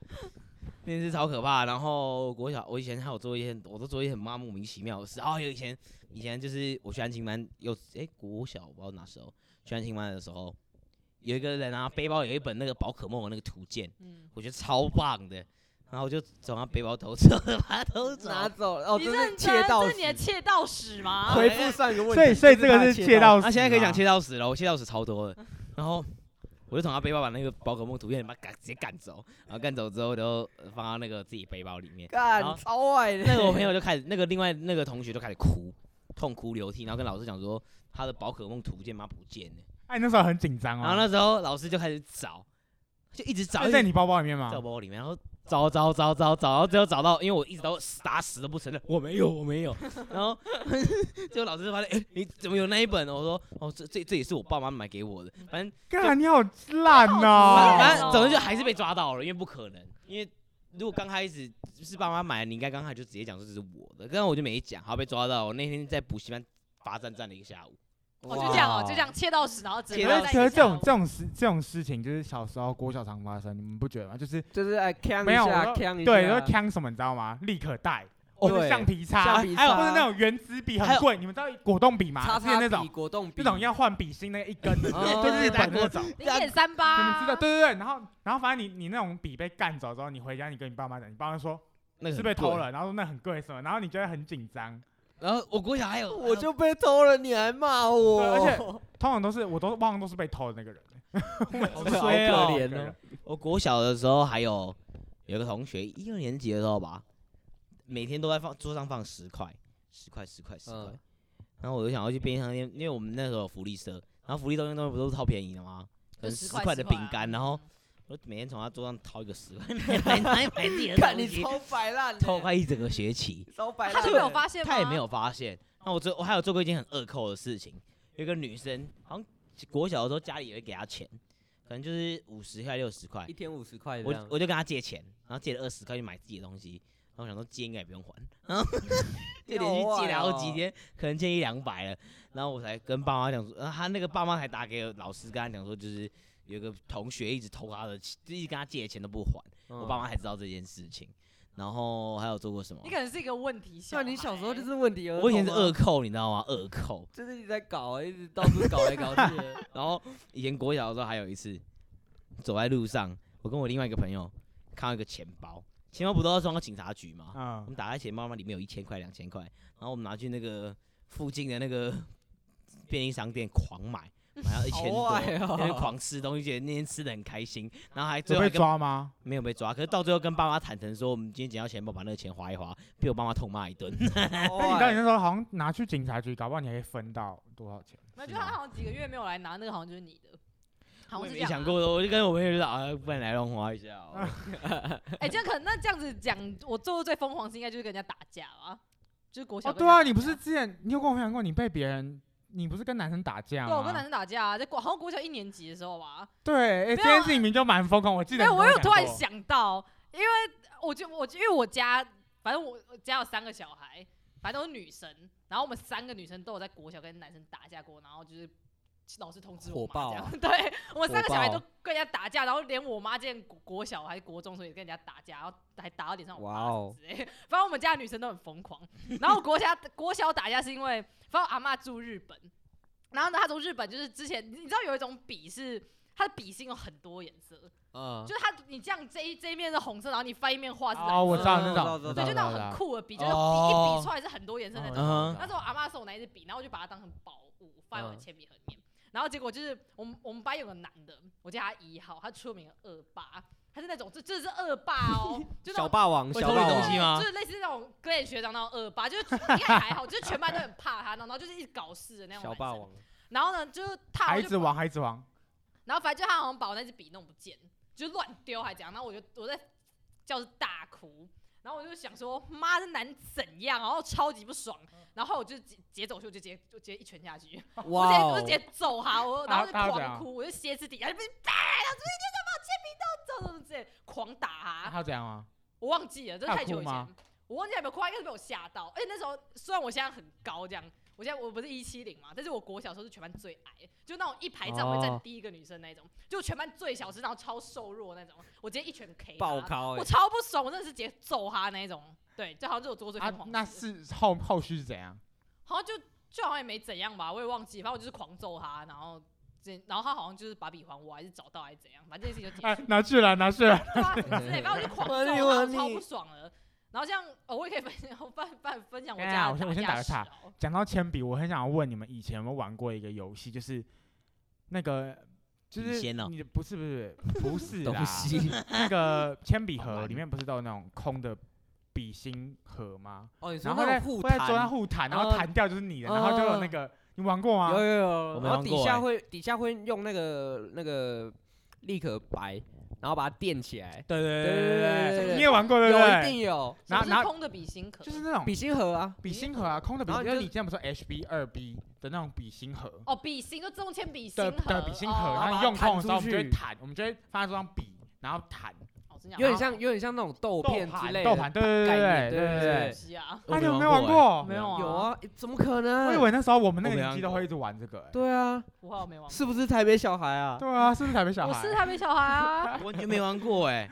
Speaker 2: 那是超可怕。然后国小我以前还有做一些，我都做一些很妈莫名其妙的事。哦，有以前以前就是我去安亲班，有诶，国小我不知道哪时候去安亲班的时候，有一个人啊背包有一本那个宝可梦的那个图鉴，
Speaker 3: 嗯，
Speaker 2: 我觉得超棒的。然后我就从他背包偷走， [LAUGHS] 把他偷走。
Speaker 1: 拿走了，哦，
Speaker 3: 你
Speaker 1: 这
Speaker 3: 认
Speaker 1: 是
Speaker 3: 真，
Speaker 1: 窃盗
Speaker 3: 这
Speaker 1: 史
Speaker 3: 是，你的啊窃盗史
Speaker 1: [LAUGHS]
Speaker 3: 吗？
Speaker 1: 回复上一个问题，
Speaker 2: 啊
Speaker 4: 所以所以这个是窃盗
Speaker 2: 他现在可以讲切到死了，我切到死超多的。然后我就从他背包把那个宝可梦图片把它赶直接赶走，然后赶走之后就呃放到那个自己背包里面。然
Speaker 1: 干
Speaker 2: 后
Speaker 1: 超坏的。
Speaker 2: 那个
Speaker 1: [LAUGHS]
Speaker 2: 我朋友就开始，那个另外那个同学就开始哭，痛哭流涕，然后跟老师讲说他的宝可梦图鉴妈不见了。
Speaker 4: 哎，那时候很紧张
Speaker 2: 然后
Speaker 4: 哦。
Speaker 2: 那时候老师就开始找，就一直找，
Speaker 4: 哎
Speaker 2: 一直
Speaker 4: 在你包包里面吗
Speaker 2: 在我？包包里面，然后找找找找找，然后最后找到，因为我一直都死打死都不承认我没有我没
Speaker 4: [LAUGHS]
Speaker 2: 有，然后 [LAUGHS] 最后老师就发现，哎、你怎么有那一本？我说，哦，这这这也是我爸妈买给我的，反正
Speaker 4: 干，你好
Speaker 2: 反
Speaker 4: 烂哦！
Speaker 2: 正
Speaker 3: 好
Speaker 2: 反
Speaker 3: 贱
Speaker 2: 正
Speaker 3: 哦
Speaker 2: 总之就还是被抓到了，因为不可能，因为如果刚开始是爸妈买的，你应该刚开始就直接讲说这是我的，但我就没讲，好被抓到。我那天在补习班罚站站了一个下午，
Speaker 3: 哦，就这样哦，就这样切到死，然啊后直
Speaker 2: 铁
Speaker 3: 接
Speaker 4: 可
Speaker 2: 到
Speaker 3: 在
Speaker 4: 是
Speaker 3: 一起
Speaker 4: 可是这
Speaker 3: 下
Speaker 4: 种
Speaker 3: 楼
Speaker 4: 这种事这种事情，就是小时候郭小常发生，你们不觉得吗？就是
Speaker 1: 就是哎，呛一
Speaker 4: 没有，我
Speaker 1: 下，
Speaker 4: 说
Speaker 1: 呛一下，
Speaker 4: 对，然后呛什么，你知道吗？立可带，或者
Speaker 1: 对
Speaker 4: 橡皮擦
Speaker 1: 哦橡，皮
Speaker 2: 还有
Speaker 1: 擦
Speaker 4: 或者那种原子笔
Speaker 2: 还
Speaker 4: 很
Speaker 2: 有
Speaker 4: 贵，你们知道果冻笔吗？
Speaker 1: 叉
Speaker 4: 之前
Speaker 1: 叉
Speaker 4: 那
Speaker 1: 笔、
Speaker 4: 种
Speaker 1: 果冻笔
Speaker 4: 那种要换笔芯那个一根的，
Speaker 1: 哦
Speaker 4: 就日本那种。
Speaker 3: 零点三八，
Speaker 4: 你们知道，对对对，然后然后反正你你那种笔被干走之后，你回家你跟你爸妈讲，你爸妈说
Speaker 2: 那个
Speaker 4: 是
Speaker 2: 很
Speaker 4: 被偷
Speaker 2: 贵。
Speaker 4: 了，然后说那很贵什么，然后你就会很紧张。
Speaker 2: 然后我国小还有，
Speaker 1: [LAUGHS] [LAUGHS] 我就被偷了，你还骂我，
Speaker 4: 对而且通常都是我都忘了都是被偷的那个人，
Speaker 2: 好
Speaker 1: [LAUGHS] 好
Speaker 2: 衰哦
Speaker 1: 可怜哦。
Speaker 2: 我国小的时候还有有个同学，一二年级的时候吧，每天都在放桌上放十块，十块，十块，十块。
Speaker 1: 嗯
Speaker 2: 然后我就想要去便利商店，因为我们那时候有福利社，然后福利社那东西不都是超便宜的吗？可能
Speaker 3: 就
Speaker 2: 十
Speaker 3: 块啊
Speaker 2: 块的饼干，然后
Speaker 3: [LAUGHS]
Speaker 2: 我每天从他桌上掏一个十块， [LAUGHS] 买买买自己的
Speaker 1: 看
Speaker 2: 东
Speaker 1: 你
Speaker 2: 西，
Speaker 1: 超摆烂的，
Speaker 2: 偷快一整个学期。
Speaker 1: 超摆
Speaker 3: 嗯
Speaker 1: 烂
Speaker 3: 他
Speaker 1: 的，
Speaker 3: 都没有发现吗？
Speaker 2: 他也没有发现。那我做我还有做过一件很恶扣的事情，有一个女生好像国小的时候家里也会给她钱，可能就是五十块六十块
Speaker 1: 一，天五十块这
Speaker 2: 我
Speaker 1: 样，
Speaker 2: 我就跟她借钱，然后借了二十块去买自己的东西，然后我想说借应该也不用还，然后就连续借了好几天，可能借一两百了，然后我才跟爸妈讲说，啊然后他那个爸妈才打给老师跟他讲说，就是有一个同学一直偷他的钱，就一直跟他借钱都不还，
Speaker 1: 嗯
Speaker 2: 我爸妈才知道这件事情。然后还有做过什么
Speaker 3: 你？可能是一个问题小
Speaker 1: 像
Speaker 3: 孩。
Speaker 1: 啊你小时候就是问题儿童啊，
Speaker 2: 我以前
Speaker 1: [LAUGHS]
Speaker 2: 是恶扣，你知道吗？恶扣。
Speaker 1: 就是你在搞啊，一直到处搞来搞去， [LAUGHS]
Speaker 2: 然后以前国小的时候还有一次，走在路上，我跟我另外一个朋友看到一个钱包，钱包不都要装到警察局吗？我
Speaker 4: 嗯，
Speaker 2: 们打开钱包嘛，里面有一千块、两千块，然后我们拿去那个附近的那个便利商店狂买，买到一千
Speaker 1: 好坏
Speaker 2: 多。
Speaker 1: 哦
Speaker 2: 那天
Speaker 1: [LAUGHS]
Speaker 2: 狂吃东西，觉得那天吃的很开心，然后还最
Speaker 4: 有
Speaker 2: 后还
Speaker 4: 被
Speaker 2: 跟
Speaker 4: 抓吗？
Speaker 2: 没有被抓，可是到最后跟爸妈坦诚说，我们今天捡到钱包，把那个钱花一花，被我爸妈痛骂一顿。
Speaker 1: 超
Speaker 4: 哎那你到
Speaker 1: 坏
Speaker 4: 你那时候好像拿去警察局，搞不好你还可以分到多少钱？
Speaker 3: 没有，就是他好像几个月没有来拿，那个好像就是你的，好
Speaker 2: 我
Speaker 3: 像
Speaker 2: 也
Speaker 3: 是
Speaker 2: 没
Speaker 3: 这
Speaker 2: 想
Speaker 3: 样啊。
Speaker 2: 过，我就跟我朋友就说啊，不然来乱花一下哦好了。
Speaker 3: 哎，这样可能那这样子讲，我做过最疯狂的事应该就是跟人家打架吧，就是国小
Speaker 4: 哦，
Speaker 3: 跟人
Speaker 4: 对
Speaker 3: 家打架。
Speaker 4: 啊，你不是之前你有跟我分享过你被别人，你不是跟男生打架
Speaker 3: 对，
Speaker 4: 吗？
Speaker 3: 我跟男生打架啊，在国好像国小一年级的时候吧。
Speaker 4: 对，哎，
Speaker 3: 没
Speaker 4: 这
Speaker 3: 有
Speaker 4: 件事情明明就蛮疯狂，我记得
Speaker 3: 对，
Speaker 4: 你跟
Speaker 3: 我有
Speaker 4: 讲
Speaker 3: 突然
Speaker 4: 过，
Speaker 3: 想到，因为我就我就因为我家，反正我我家有三个小孩，反正都是女生，然后我们三个女生都有在国小跟男生打架过，然后就是老师通知我
Speaker 1: 火爆
Speaker 3: 妈这
Speaker 1: 啊
Speaker 3: 样。 [LAUGHS] 对我们三个小孩
Speaker 1: 火
Speaker 3: 都
Speaker 1: 爆
Speaker 3: 跟人家打架，然后连我妈见国国小还是国中的时候也跟人家打架，然后还打到脸上我
Speaker 1: 哇哦
Speaker 3: 疤之类的。欸反正我们家的女生都很疯狂。然后我国小国小打架是因为，反正我阿嬷住日本，然后呢，她从日本就是之前你知道有一种笔是它的笔芯有很多颜色。
Speaker 1: 嗯，
Speaker 3: 就是它，你这样这一这一面是红色，然后你翻一面画是蓝色，
Speaker 4: 哦，我知道
Speaker 1: 嗯
Speaker 4: 那
Speaker 1: 我知道
Speaker 4: 种，
Speaker 1: 知
Speaker 4: 我
Speaker 1: 道
Speaker 4: 知道
Speaker 3: 对，就
Speaker 4: 知
Speaker 3: 那
Speaker 4: 道
Speaker 3: 种很
Speaker 4: 知道
Speaker 3: 酷的笔，就是笔、
Speaker 2: 哦
Speaker 3: 一笔出来是很多颜色那
Speaker 4: 嗯
Speaker 3: 种。
Speaker 2: 嗯
Speaker 3: 那时候我阿妈送我那一支笔，然后我就把它当成宝物放在我的
Speaker 1: 嗯
Speaker 3: 铅笔盒里面。然后结果就是我们我们班有个男的，我叫他一号，他出名的恶霸，他是那种这这是恶霸
Speaker 4: [LAUGHS]
Speaker 3: 哦，就那
Speaker 1: 小
Speaker 3: 种
Speaker 1: 霸王，
Speaker 2: 会
Speaker 1: 小
Speaker 2: 偷你
Speaker 1: 霸
Speaker 2: 东西
Speaker 1: 王，
Speaker 2: 吗
Speaker 3: 就是类似那种跟你学长那种恶霸，就是 [LAUGHS] 应该还好，就是全班都很怕他，然后就是一直搞事的那种
Speaker 1: 小
Speaker 3: 男
Speaker 1: 霸
Speaker 3: 生
Speaker 1: 王，
Speaker 3: 然后呢，就是他
Speaker 4: 孩
Speaker 3: 就
Speaker 4: 子王，孩子王，
Speaker 3: 然后反正就他好像把我那支笔弄不见，就乱丢还怎样，然后我就我在教室大哭，然后我就想说妈这男怎样，然后超级不爽，
Speaker 4: 嗯
Speaker 3: 然后后来我就直截走去，我就直接就直接一拳下去，我直
Speaker 1: 哇
Speaker 3: 接我
Speaker 1: 哦
Speaker 3: 就直，接揍他，我然
Speaker 4: 他
Speaker 3: 后就
Speaker 4: 他怎
Speaker 3: 狂
Speaker 4: 样
Speaker 3: 哭，我就歇斯底里，然后就啪，然后说哎你怎么把我铅笔弄走，怎么之类的，狂打他，
Speaker 4: 他这样啊吗？
Speaker 3: 我忘记了，这
Speaker 4: 他有
Speaker 3: 太久
Speaker 4: 哭
Speaker 3: 以
Speaker 4: 吗
Speaker 3: 前，我忘记有没有哭，他应该是被我吓到，而且那时候虽然我现在很高这样。我现在我不是一七零嘛，但是我国小时候是全班最矮，就那种一排站我会站
Speaker 1: 哦
Speaker 3: 第一个女生那种，就全班最小只，然后超瘦弱那种，我直接一拳 K
Speaker 1: 爆
Speaker 3: 他，
Speaker 1: 高
Speaker 4: 欸
Speaker 3: 我
Speaker 1: 哎，
Speaker 3: 超不爽，我真的是直接揍他那一种。对，就好像是我做过最
Speaker 4: 啊
Speaker 3: 疯狂，的
Speaker 4: 那
Speaker 3: 事
Speaker 4: 是后后续是
Speaker 3: [LAUGHS]
Speaker 4: 怎样？
Speaker 3: 好像就就好像也没怎样吧，我也忘记，反正我就是狂揍他，然后这然后他好像就是把笔还我，还是找到还是怎样，反正这件事情就结
Speaker 4: 哎
Speaker 3: 束，了。
Speaker 4: 拿去了，拿去了，
Speaker 3: 对啊，什么之类，反正我就狂揍，
Speaker 1: 我的
Speaker 3: 然后
Speaker 1: 妈
Speaker 3: 超
Speaker 1: 咪
Speaker 3: 不爽了。然后这样，哦，我也可以分享，我分分分享我
Speaker 4: 等一下
Speaker 3: 家
Speaker 4: 我先
Speaker 3: 的
Speaker 4: 我先打
Speaker 3: 架
Speaker 4: 个
Speaker 3: 史
Speaker 4: 岔
Speaker 3: 哦。
Speaker 4: 讲到铅笔，我很想问你们以前有没有玩过一个游戏，就是那个就
Speaker 2: 笔
Speaker 4: 是
Speaker 2: 仙哦
Speaker 4: 你的不是不是不是
Speaker 1: 东
Speaker 4: 啦，
Speaker 1: 西
Speaker 4: 那个铅笔
Speaker 2: 好
Speaker 4: 盒
Speaker 2: 玩
Speaker 4: 里面不是都有那种空的笔芯盒吗？
Speaker 1: 哦，你说
Speaker 4: 然后
Speaker 1: 那
Speaker 4: 在
Speaker 1: 种互
Speaker 4: 会在桌上
Speaker 1: 弹，
Speaker 4: 互弹，然后
Speaker 1: 呃
Speaker 4: 弹掉就是你的，然后就有那
Speaker 1: 呃
Speaker 4: 个你玩过吗
Speaker 1: 有？有有，
Speaker 2: 我没
Speaker 1: 然后
Speaker 2: 玩
Speaker 1: 底
Speaker 2: 过
Speaker 1: 下
Speaker 2: 欸
Speaker 1: 会底下会用那个那个立可白，然后把它垫起来，
Speaker 4: 对对
Speaker 1: 对对对对对
Speaker 4: 你也玩过对
Speaker 1: 有
Speaker 4: 不
Speaker 1: 一
Speaker 4: 对？
Speaker 1: 定有
Speaker 3: 什么
Speaker 4: 拿拿
Speaker 3: 是空的笔芯壳，
Speaker 4: 就是那种
Speaker 1: 笔芯盒啊，
Speaker 4: 笔芯盒啊，空的笔
Speaker 1: 然
Speaker 4: 芯，
Speaker 1: 后
Speaker 4: 就是
Speaker 1: 就
Speaker 4: 你之前不是 HB 二 B 的那种笔芯盒
Speaker 3: 哦，笔芯就自动铅笔芯
Speaker 4: 的
Speaker 3: 盒，
Speaker 4: 的笔芯盒，
Speaker 3: 哦
Speaker 4: 然后你
Speaker 1: 把它
Speaker 4: 用空的时候，我
Speaker 1: 弹
Speaker 4: 们
Speaker 1: 出
Speaker 4: 就会
Speaker 1: 去
Speaker 4: 弹，我们就会放在桌上笔，然后弹
Speaker 3: 哦真的
Speaker 1: 有点
Speaker 3: 啊
Speaker 1: 像有点像那种豆
Speaker 4: 豆
Speaker 1: 片之类
Speaker 4: 盘，豆
Speaker 1: 的
Speaker 4: 盘，。对对
Speaker 1: 概
Speaker 4: 对
Speaker 1: 念对
Speaker 4: 对
Speaker 1: 对
Speaker 3: 东
Speaker 4: 对
Speaker 1: 对。
Speaker 3: 西啊，
Speaker 2: 我
Speaker 4: [LAUGHS] 啊，你有没
Speaker 2: 没
Speaker 4: 有
Speaker 2: 玩
Speaker 4: 玩
Speaker 2: 过
Speaker 4: 过？
Speaker 3: 没有啊
Speaker 1: 有啊，诶怎么可能？
Speaker 4: 我以为那时候我们那
Speaker 2: 我
Speaker 4: 个
Speaker 2: 没
Speaker 4: 年
Speaker 2: 玩
Speaker 4: 纪都
Speaker 2: 过
Speaker 4: 会一直玩这个。欸
Speaker 1: 对啊，
Speaker 3: 我好像没玩过。
Speaker 1: 是不是台北小孩啊？
Speaker 4: 对啊，是不是台北小
Speaker 3: 我
Speaker 4: 孩
Speaker 3: 是？台北小孩啊，
Speaker 2: 完全没玩过哎、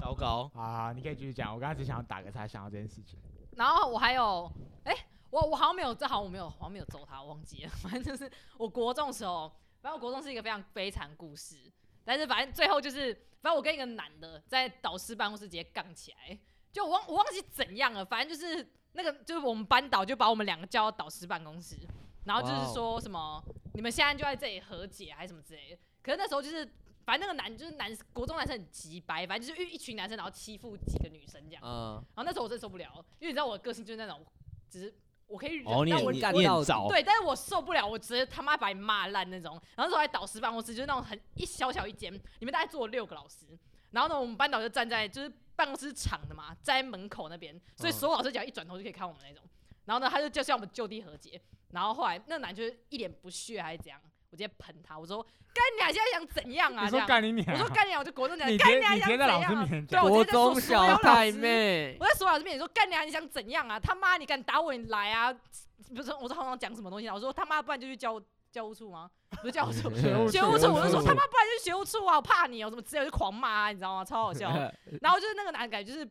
Speaker 2: 糟
Speaker 4: [LAUGHS]
Speaker 2: 糕，
Speaker 4: 啊，你可以继续讲。我刚才只想要打个岔，想到这件事情。
Speaker 3: 然后我还有，哎、我我好像没有，这好像我没有，好像没有揍他，我忘记了。 [LAUGHS] 反正就是我国中的时候，反正我国中是一个非常悲惨故事，但是反正最后就是，反正我跟一个男的在导师办公室直接杠起来，就我忘我忘记怎样了，反正就是那个就是我们班导就把我们两个叫到导师办公室，然后就是说什么你们现在就在这里和解啊还是什么之类的。可是那时候就是。反正那个男就是男国中男生很急白，反正就是一一群男生，然后欺负几个女生这样。
Speaker 1: 嗯，
Speaker 3: 然后那时候我真的受不了，因为你知道我的个性就是那种，只是我可以忍，
Speaker 2: 哦，你
Speaker 3: 但
Speaker 2: 很
Speaker 3: 我
Speaker 2: 你
Speaker 1: 感
Speaker 2: 你
Speaker 1: 到
Speaker 2: 很早，
Speaker 3: 对，但 [LAUGHS] 是我受不了，我直接他妈把你骂烂那种。然后那时候还导师办公室，就是那种很一小小一间，里面大概坐六个老师。然后呢，我们班导就站在就是办公室长的嘛，站在门口那边，所以
Speaker 1: 嗯
Speaker 3: 所有老师只要一转头就可以看我们那种。然后呢，他就叫叫我们就地和解。然后后来那个男就是一脸不屑还是怎样，我直接喷他，我说干你俩现在想怎样啊？
Speaker 4: 你
Speaker 3: 这
Speaker 4: 说
Speaker 3: 样，
Speaker 4: 干你娘！
Speaker 3: 我说干你俩，啊我就国中讲
Speaker 4: 你
Speaker 3: 干
Speaker 4: 直
Speaker 3: 你
Speaker 4: 接
Speaker 3: 俩
Speaker 4: 你直
Speaker 3: 想
Speaker 4: 接
Speaker 3: 怎
Speaker 4: 在老
Speaker 3: 样
Speaker 4: 师
Speaker 3: 啊
Speaker 4: 面？前
Speaker 3: 对啊
Speaker 4: 讲，
Speaker 3: 我
Speaker 1: 国
Speaker 3: 觉得说
Speaker 1: 中
Speaker 3: 所有
Speaker 1: 小
Speaker 3: 老
Speaker 1: 太
Speaker 3: 师
Speaker 1: 妹，，
Speaker 3: 我在所有老师面前说干娘，你想怎样啊？他妈你敢打我，你来啊！不是，我说好想讲什么东西啊？我说他妈，不然就去教教务处吗？不是教务处
Speaker 1: [LAUGHS]
Speaker 4: 学务
Speaker 3: [LAUGHS] 学务
Speaker 4: 学
Speaker 3: 处。
Speaker 4: 务
Speaker 3: 我就说
Speaker 4: 处
Speaker 3: 他妈，不然就去学务处啊！我怕你哦，什么之类的，我就狂骂、啊，你知道吗？超好笑。 [LAUGHS]
Speaker 1: [LAUGHS]
Speaker 3: 然后就是那个男的感觉就是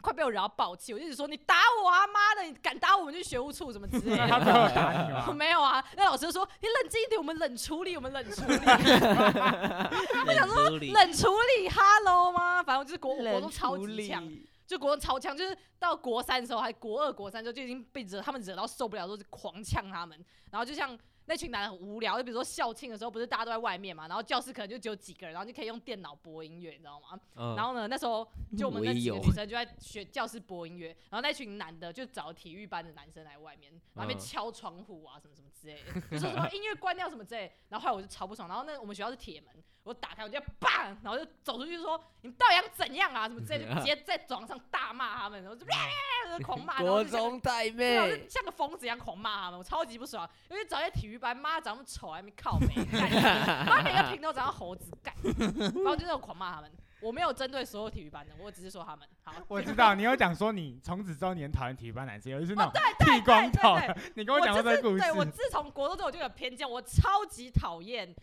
Speaker 3: 快被我惹到爆气，我就一直说你打我啊，妈的，你敢打我们就去学务处什么之类
Speaker 4: 那他 [LAUGHS]
Speaker 3: 的。
Speaker 4: 最后打你
Speaker 3: 我 [LAUGHS]
Speaker 4: 吗？
Speaker 3: 没有啊，那老师就说你冷静一点，我们冷处理，我们冷处理，
Speaker 2: 我想说
Speaker 3: 冷处理哈喽吗？反正我就是国我国中超
Speaker 1: 冷处
Speaker 3: 级
Speaker 1: 理
Speaker 3: 强，就国中超强，就是到国三的时候，还国二、国三的时候就已经被惹他们惹到受不了，都是狂呛他们。然后就像那群男人很无聊，就比如说校庆的时候，不是大家都在外面嘛，然后教室可能就只有几个人，然后就可以用电脑播音乐，你知道吗？
Speaker 1: 嗯
Speaker 3: 然后呢，那时候就我们
Speaker 2: 我
Speaker 3: 那
Speaker 2: 也
Speaker 3: 几个
Speaker 2: 有
Speaker 3: 女生就在学教室播音乐，然后那群男的就找体育班的男生来外面，然后那边
Speaker 1: 嗯
Speaker 3: 敲窗户啊什么什么之
Speaker 2: [LAUGHS]
Speaker 3: 类的，就说什么音乐关掉什么之类的。然后后来我就超不爽，然后那我们学校是铁门，我打开我就砰，然后就走出去说你们到底想怎样啊什么之类的，就直接在走廊上大骂他们，然后就 [LAUGHS] 狂骂，然后
Speaker 1: 国
Speaker 3: 就像
Speaker 1: 中太
Speaker 3: 对啊，我
Speaker 1: 妹
Speaker 3: 就，像个疯子一样狂骂他们，我超级不爽。因为找些体育班，妈长那么丑，还没靠背，干妈每个屏都长像猴子，干，然后就那种狂骂他们。我没有针对所有体育班的，我只是说他们好。
Speaker 4: 我知道你有讲说你从此之后你很讨厌体育班男生，尤其是那
Speaker 3: 哦
Speaker 4: 种，
Speaker 3: 对对
Speaker 4: 剃光
Speaker 3: 对
Speaker 4: 头
Speaker 3: 对，
Speaker 4: 的。 [LAUGHS] 你跟我讲过这个故
Speaker 3: 对我
Speaker 4: 事，
Speaker 3: 自从国中之后我就有偏见，我超级讨厌。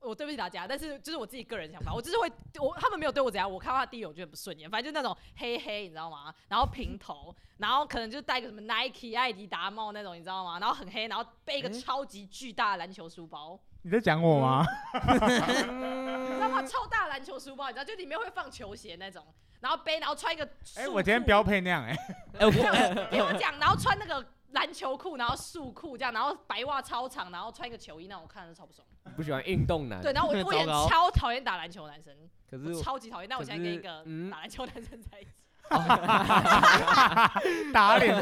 Speaker 3: 我对不起大家，但是就是我自己个人想法，我就是会我他们没有对我怎样，我看到他第一眼我觉得很不顺眼，反正就那种黑黑，你知道吗？然后平头，然后可能就戴个什么 Nike、艾迪达帽那种，你知道吗？然后很黑，然后背一个
Speaker 1: 诶
Speaker 3: 超级巨大的篮球书包，
Speaker 4: 你在讲我
Speaker 3: 嗯
Speaker 4: 吗？
Speaker 3: 你知道吗？超大篮球书包，你知道就里面会放球鞋那种，然后背，然后穿一个
Speaker 4: 哎、
Speaker 3: 束
Speaker 4: 我今天
Speaker 3: 裤
Speaker 4: 标配那样哎、
Speaker 2: 哎、我 [LAUGHS]
Speaker 3: 听我讲，然后穿那个篮球裤，然后束裤这样，然后白袜超长，然后穿一个球衣，那种我看着超不爽。
Speaker 1: 不喜欢运动
Speaker 3: [LAUGHS]
Speaker 1: 男，
Speaker 3: 对，然后我
Speaker 2: 糟糕
Speaker 3: 我也超讨厌打篮球的男生，
Speaker 1: 可是
Speaker 3: 我超级讨厌。但我
Speaker 1: 可
Speaker 3: 现在跟一
Speaker 1: 是
Speaker 3: 个
Speaker 1: 嗯
Speaker 3: 打篮球男生 [LAUGHS] 在一起，
Speaker 4: 打
Speaker 1: [LAUGHS]
Speaker 4: 脸。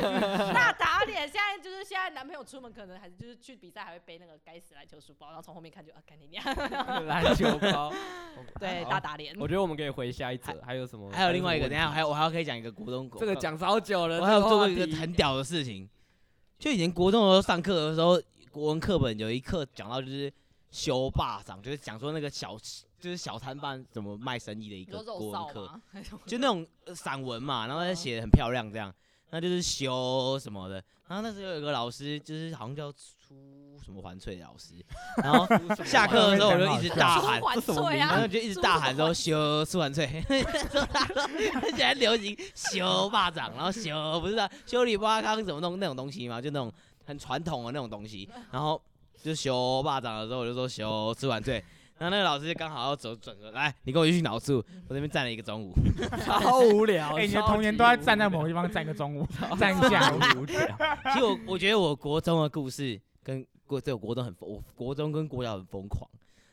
Speaker 3: 大打脸。现在就是现在男朋友出门可能还是就是去比赛还会背那个该死篮球书包，然后从后面看就啊，干你娘！
Speaker 1: [LAUGHS] 篮球包，
Speaker 3: [LAUGHS] 对，
Speaker 1: 好
Speaker 3: 大打脸。
Speaker 1: 我觉得我们可以回下一则，还有什么？
Speaker 2: 还有另外一个，
Speaker 1: 什
Speaker 2: 等
Speaker 1: 么
Speaker 2: 一下
Speaker 1: 问
Speaker 2: 还有我还要可以讲一个国中
Speaker 1: 题，这个讲超久了，
Speaker 2: 我还有
Speaker 1: 呃这个
Speaker 2: 做过
Speaker 1: 话
Speaker 2: 一个
Speaker 1: 题
Speaker 2: 很屌的事情，就以前国中的时候上课的时候，国文课本有一课讲到就是修霸掌，就是讲说那个小就是小摊贩怎么卖生意的一
Speaker 3: 你
Speaker 2: 个
Speaker 3: 说
Speaker 2: 国
Speaker 3: 肉
Speaker 2: 文
Speaker 3: 臊
Speaker 2: 课，
Speaker 3: 吗？ [LAUGHS] 嗯
Speaker 2: 就那种呃散文嘛，然后他写的很漂亮这样，那就是修什么的。然后那时候有个老师，就是好像叫出什么环翠的老师，然后下课的时候我就一直大喊
Speaker 3: 出。环翠
Speaker 2: 然后
Speaker 3: 啊！
Speaker 2: 就一直大喊
Speaker 3: 出
Speaker 2: [LAUGHS] 说
Speaker 3: 环
Speaker 2: 修出完翠， [LAUGHS] 而且还流行修霸掌，然后修不是啊，修理巴康怎么弄那种东西嘛，就那种很传统的那种东西。然后就修霸掌的时候，我就说修吃完翠，然后那个老师就刚好要走转 [LAUGHS] 过来，你跟我一起去脑处，我这边站了一个中午。
Speaker 1: [LAUGHS] 超无聊。
Speaker 4: 哎、你的
Speaker 1: 超
Speaker 4: 童年
Speaker 1: 级
Speaker 4: 都在
Speaker 1: 无
Speaker 4: 站在
Speaker 1: 聊
Speaker 4: 某个地方站个
Speaker 1: [LAUGHS]
Speaker 4: 中午， [LAUGHS] 站一下午。
Speaker 1: 无聊。
Speaker 2: 其实我 [LAUGHS] 我觉得我国中的故事跟国对我国中很疯，我国中跟国小很疯狂，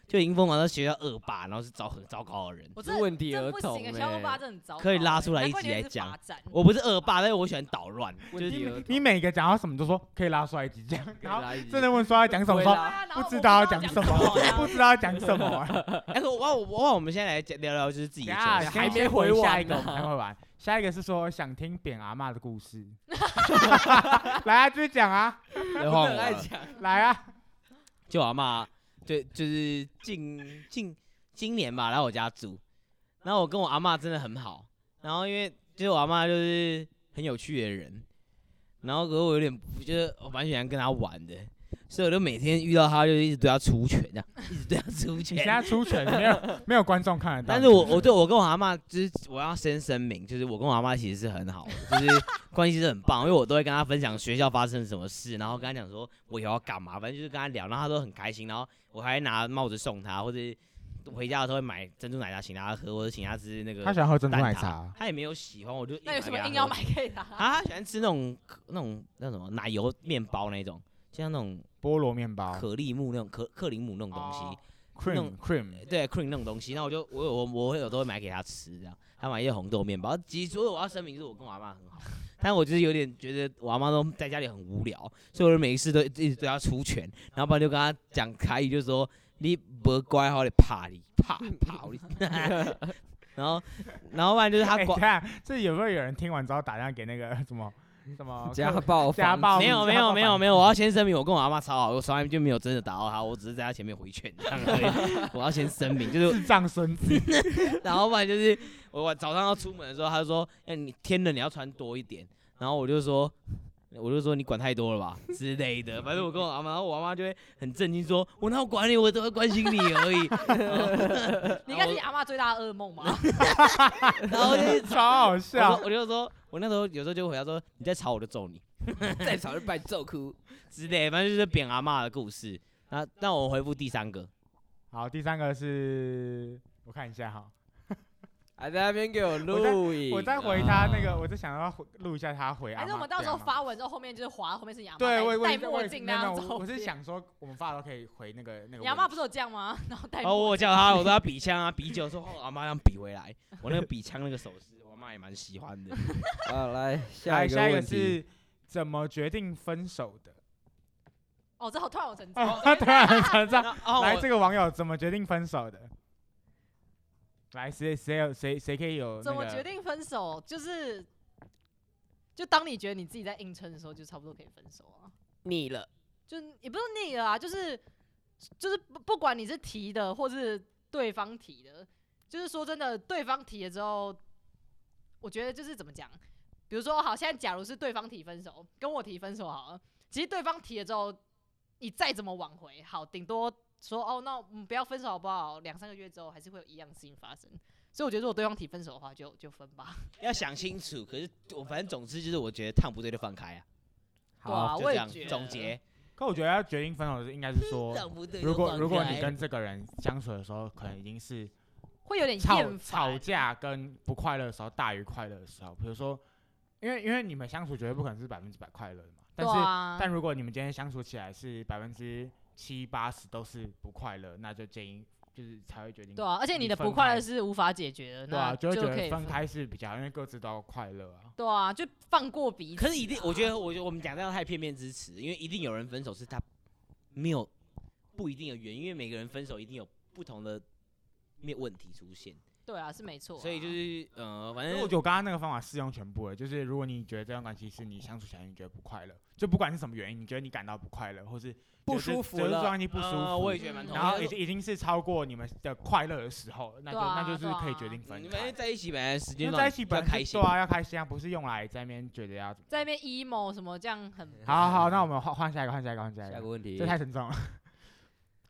Speaker 2: 就已经疯狂到学校恶霸，然后是糟很糟糕的人。
Speaker 3: 我
Speaker 1: 是
Speaker 3: 这
Speaker 1: 问题
Speaker 3: 这
Speaker 1: 儿
Speaker 3: 不
Speaker 1: 童
Speaker 3: 行啊，小欧巴
Speaker 1: 欸，
Speaker 3: 这很糟糕欸，
Speaker 2: 可以拉出来
Speaker 3: 难
Speaker 2: 一
Speaker 3: 怪
Speaker 2: 集
Speaker 3: 你
Speaker 2: 来
Speaker 3: 直
Speaker 2: 讲
Speaker 3: 罚站
Speaker 2: 我不是恶霸，但是我喜欢捣乱。
Speaker 1: 问题儿童
Speaker 4: 你每个讲到什么就说可以拉出来几讲，然
Speaker 1: [LAUGHS]
Speaker 4: 后
Speaker 1: 来一集
Speaker 4: 真的问说要讲什么，
Speaker 1: 会
Speaker 4: 说
Speaker 1: 拉
Speaker 3: 啊然后
Speaker 4: 不
Speaker 3: 我
Speaker 4: 知
Speaker 3: 不
Speaker 4: 道要
Speaker 3: 知道
Speaker 4: 讲
Speaker 3: 讲啊
Speaker 4: 什
Speaker 3: 什
Speaker 4: 么
Speaker 3: 么呀，
Speaker 4: [LAUGHS] 不知道要讲什
Speaker 1: [LAUGHS]
Speaker 4: 么啊。
Speaker 2: 哎，可我我我我们现在来讲聊聊就是自己
Speaker 4: 等
Speaker 2: 的
Speaker 4: 一下
Speaker 1: 先
Speaker 2: 球
Speaker 1: 还
Speaker 2: 场。
Speaker 1: 没
Speaker 4: 先
Speaker 1: 回
Speaker 4: 下
Speaker 1: 完
Speaker 4: 一个，我们
Speaker 1: 呢
Speaker 4: 还没回完。下一个是说想听扁阿嬷的
Speaker 1: [LAUGHS]
Speaker 4: 故事， [LAUGHS] 来啊，继续讲啊，
Speaker 2: 然
Speaker 1: 我
Speaker 2: 后
Speaker 1: 很爱讲，
Speaker 4: 来啊，
Speaker 2: 就我阿妈，对，就是近近今年吧来我家住，然后我跟我阿妈真的很好，然后因为就是我阿妈就是很有趣的人，然后可是我有点不就是我蛮喜欢跟她玩的，所以我就每天遇到她就一直对她出拳这样，一直对她出
Speaker 4: 你现
Speaker 2: 拳。
Speaker 4: 在出拳，没有没有观众看得到，
Speaker 2: 但是我我对我跟我阿妈就是我要先声明，就是我跟我阿妈其实是很好的，就是关系是很棒，因为我都会跟她分享学校发生什么事，然后跟她讲说我以后要干嘛，反正就是跟她聊，然后她都很开心，然后我还拿帽子送她，或者回家的时候会买珍珠奶茶请她喝，或者请她吃那个
Speaker 4: 他喜欢喝珍珠
Speaker 2: 蛋
Speaker 4: 奶
Speaker 2: 挞
Speaker 4: 茶，
Speaker 2: 她也没有喜欢，我就
Speaker 3: [LAUGHS] 那有什
Speaker 2: 买
Speaker 3: 么
Speaker 2: 给她
Speaker 3: 硬要
Speaker 2: 喝
Speaker 3: 买给他？
Speaker 2: 啊？她喜欢吃那种那种那种什么奶油面包那种，就像那种
Speaker 4: 菠萝面包
Speaker 2: 可丽木那种可克林姆那种东西。哎
Speaker 4: 哦
Speaker 2: 那
Speaker 4: ，cream
Speaker 2: 种
Speaker 4: cream，
Speaker 2: 对 cream 那种东西，那我就我有我我会有都会买给他吃，这样他买一些红豆面包。其实所以我要声明是我跟我阿妈很好， [LAUGHS] 但我就是有点觉得我阿妈都在家里很无聊，所以我就每一次都一直对她出拳，然后不然就跟她讲台语，就说你不乖好，你怕你怕怕你。 [LAUGHS] 然后然后不然就是她
Speaker 4: 哎，
Speaker 2: 管
Speaker 4: 等一下这有没有有人听完之后打电话给那个 [LAUGHS] 什么
Speaker 2: [LAUGHS]
Speaker 4: 什么
Speaker 1: 家暴
Speaker 4: 家
Speaker 1: 防
Speaker 4: 暴
Speaker 2: 没有没有没有没有，
Speaker 4: 我
Speaker 2: 我要先声明，我跟我阿妈超好，我从来就没有真的打到她，我只是在她前面回拳这样而已。我要先声明，就是
Speaker 4: 智障孙子，
Speaker 2: 然后不然就是我我早上要出门的时候，他就说：“哎、你天冷，你要穿多一点。”然后我就说：“我就说你管太多了吧之类的。”反正我跟我阿妈，然后我阿妈就会很震惊说：“我哪有管你，我只会关心你而已。
Speaker 3: 你应该是你阿妈最大的噩梦吧？”
Speaker 2: 然后
Speaker 4: [LAUGHS]
Speaker 2: 就是
Speaker 4: 超好
Speaker 2: 我就
Speaker 4: 笑
Speaker 2: 说，我就说，我那时候有时候就回答说：“你再吵我就揍你
Speaker 1: 再吵就把你揍哭。
Speaker 2: 之类的。”反正就是扁阿妈的故事。那那我回复第三个，
Speaker 4: 好，第三个是我看一下哈，
Speaker 1: 还在那边给 [LAUGHS] 我录影，
Speaker 4: 我再回他那
Speaker 2: 呃
Speaker 4: 个，我在想要回录一下他回阿嬷。
Speaker 3: 还是我们到时候
Speaker 4: 对啊
Speaker 3: 发文之后，后面就是划，后面是你阿妈
Speaker 4: 对，我我
Speaker 3: 戴
Speaker 4: 也
Speaker 3: 戴
Speaker 4: 我
Speaker 3: 墨
Speaker 4: 也
Speaker 3: 镜
Speaker 4: 没有
Speaker 3: 那
Speaker 4: 没有
Speaker 3: 样
Speaker 4: 我
Speaker 3: 照
Speaker 4: 我是
Speaker 3: 片
Speaker 4: 想说，我们发了都可以回那个那个问题。
Speaker 3: 你阿妈不是有这样吗？ [LAUGHS] 然后戴
Speaker 4: 哦
Speaker 2: 然后哦我
Speaker 3: 墨
Speaker 2: 有
Speaker 3: 镜
Speaker 2: 叫他，我说他比枪啊，比酒，说哦阿妈让比回来。我那个比枪那个手势，我阿妈也蛮喜欢的。
Speaker 1: 好来下
Speaker 4: 来
Speaker 1: 一个
Speaker 4: 下一个
Speaker 1: 问题，
Speaker 4: 是怎么决定分手的？
Speaker 3: 哦，这好突然我成
Speaker 4: 哦 [LAUGHS]
Speaker 3: 长，，
Speaker 4: 突然想知道，
Speaker 2: 那哦，
Speaker 4: 来
Speaker 2: 我
Speaker 4: 这个网友怎么决定分手的？来谁谁有谁谁可以有
Speaker 3: 怎
Speaker 4: 那
Speaker 3: 么决
Speaker 4: 个？
Speaker 3: 定分手？就是，就当你觉得你自己在硬撑的时候，就差不多可以分手啊。
Speaker 1: 腻了，
Speaker 3: 就也不是腻了啊，就是就是不不管你是提的或是对方提的，就是说真的，对方提了之后，我觉得就是怎么讲，比如说好，现在假如是对方提分手，跟我提分手好了，其实对方提了之后，你再怎么挽回，好，顶多说哦，那我们不要分手好不好？两三个月之后还是会有一样的事情发生，所以我觉得如果对方提分手的话，就就分吧。
Speaker 2: 要想清楚。可是我反正总之就是，我觉得烫不对就放开啊。
Speaker 3: 对啊
Speaker 2: 好，就
Speaker 3: 我
Speaker 2: 这
Speaker 3: 也
Speaker 2: 样
Speaker 3: 觉
Speaker 2: 总
Speaker 3: 得
Speaker 2: 结。
Speaker 4: 可我觉得要决定分手的应该是说，
Speaker 2: 烫不对就
Speaker 4: 如果
Speaker 3: 哦
Speaker 2: 放
Speaker 4: 如果
Speaker 2: 开
Speaker 4: 你跟这个人相处的时候，可能已经是
Speaker 3: 会有点
Speaker 4: 吵
Speaker 3: 厌
Speaker 4: 吵
Speaker 3: 烦，
Speaker 4: 架跟不快乐的时候大于快乐的时候，比如说，因为因为你们相处绝对不可能是百分之百快乐的嘛，但
Speaker 3: 对
Speaker 4: 是、
Speaker 3: 啊，
Speaker 4: 但如果你们今天相处起来是百分之七八十都是不快乐，那就建议就是才会决定
Speaker 3: 对啊，而且你的
Speaker 4: 分
Speaker 3: 不快
Speaker 4: 开
Speaker 3: 乐是无法解决的，
Speaker 4: 对啊，
Speaker 3: 那
Speaker 4: 就会觉
Speaker 3: 可
Speaker 4: 得
Speaker 3: 以
Speaker 4: 分开是比较好，因为各自都快乐啊。
Speaker 3: 对啊，就放过彼此啊。
Speaker 2: 可是一定，我觉得，我觉得我们讲这样太片面之词，因为一定有人分手是他没有不一定有原因，因为每个人分手一定有不同的面问题出现，
Speaker 3: 对啊，是没错啊、
Speaker 2: 所以就是呃，反
Speaker 4: 因为
Speaker 2: 正
Speaker 4: 我觉得我刚刚那个方法适用全部了，就是如果你觉得这段关系是你相处起来你觉得不快乐，就不管是什么原因，你觉得你感到不快乐，或是
Speaker 1: 不
Speaker 4: 觉得这
Speaker 1: 舒服
Speaker 4: 觉得这段
Speaker 1: 了，
Speaker 4: 关系不舒
Speaker 2: 呃我也
Speaker 4: 服，
Speaker 2: 觉得蛮同意。
Speaker 4: 然后
Speaker 2: 就
Speaker 4: 已
Speaker 2: 是
Speaker 4: 经已经是超过你们的快乐的时候，那就
Speaker 3: 对啊
Speaker 4: 那就是
Speaker 3: 对啊
Speaker 4: 可以决定
Speaker 2: 嗯你
Speaker 4: 分
Speaker 2: 们因为
Speaker 4: 开。
Speaker 2: 在一起本来时
Speaker 4: 因
Speaker 2: 间
Speaker 4: 为
Speaker 2: 段
Speaker 4: 在一起
Speaker 2: 比较
Speaker 4: 本来
Speaker 2: 开
Speaker 4: 就
Speaker 2: 心
Speaker 4: 对，啊，要开心啊，不是用来在那边觉得要怎么。
Speaker 3: 在那边 emo 什么这样很
Speaker 4: 好好，那我们换换下一个，换下一个，换下一
Speaker 1: 啊下一
Speaker 4: 个
Speaker 1: 个。问题
Speaker 4: 这，太沉重了。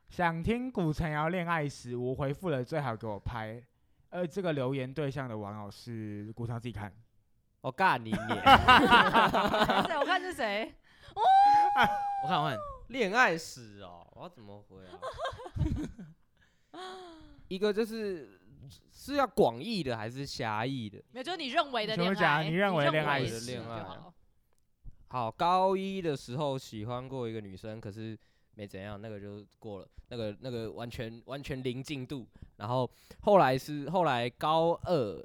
Speaker 4: 想听古城瑶恋爱时，我回复了最好给我拍。呃，这个留言对象的网友是古城瑶自己看，
Speaker 1: 我尬你脸，
Speaker 3: 对，我看是谁，
Speaker 2: 我看我看，
Speaker 1: 恋爱史哦，我要怎么回啊？一个就是是要广义的还是狭义的？
Speaker 3: 没有，就是你认为的
Speaker 4: 全部
Speaker 3: 恋
Speaker 4: 讲啊
Speaker 3: 爱，
Speaker 4: 你
Speaker 3: 你
Speaker 4: 认为
Speaker 3: 为
Speaker 4: 恋
Speaker 1: 爱
Speaker 3: 的
Speaker 1: 是
Speaker 3: 是
Speaker 1: 恋
Speaker 3: 就
Speaker 1: 爱
Speaker 3: 好
Speaker 1: 啊
Speaker 3: 了
Speaker 1: 好，高一的时候喜欢过一个女生，可是没怎样，那个就过了，那个那个完全完全零进度。然后后来是后来高二，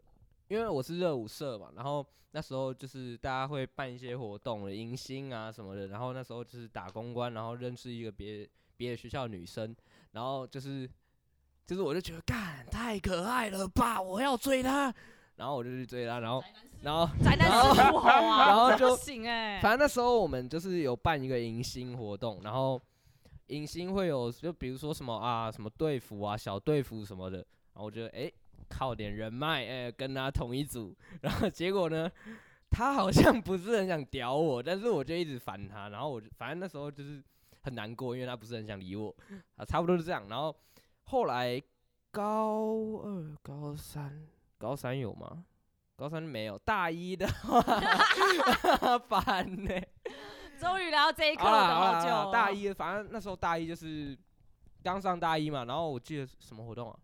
Speaker 1: 因为我是热舞社嘛，然后那时候就是大家会办一些活动，迎新啊什么的。然后那时候就是打公关，然后认识一个别别的学校的女生，然后就是就是我就觉得干太可爱了吧，我要追她，然后我就去追她，然后然后
Speaker 3: 宅男是不好啊，
Speaker 1: 然后
Speaker 3: 真的
Speaker 1: 就
Speaker 3: 不行哎、
Speaker 1: 反正那时候我们就是有办一个迎新活动，然后迎新会有就比如说什么啊，什么队服啊、小队服什么的，然后我觉得诶，靠点人脉，诶，跟他同一组，然后结果呢，他好像不是很想屌我，但是我就一直烦他，然后我就反正那时候就是很难过，因为他不是很想理我啊，差不多是这样。然后后来高二、高三、高三有吗？高三没有，大一的 [LAUGHS] 话烦欸呢、
Speaker 3: 终于聊到这一刻
Speaker 1: 好啦
Speaker 3: 等
Speaker 1: 好啦
Speaker 3: 好久
Speaker 1: 好
Speaker 3: 哦、
Speaker 1: 啦啊大一反正那时候大一就是刚上大一嘛，然后我记得是什么活动啊？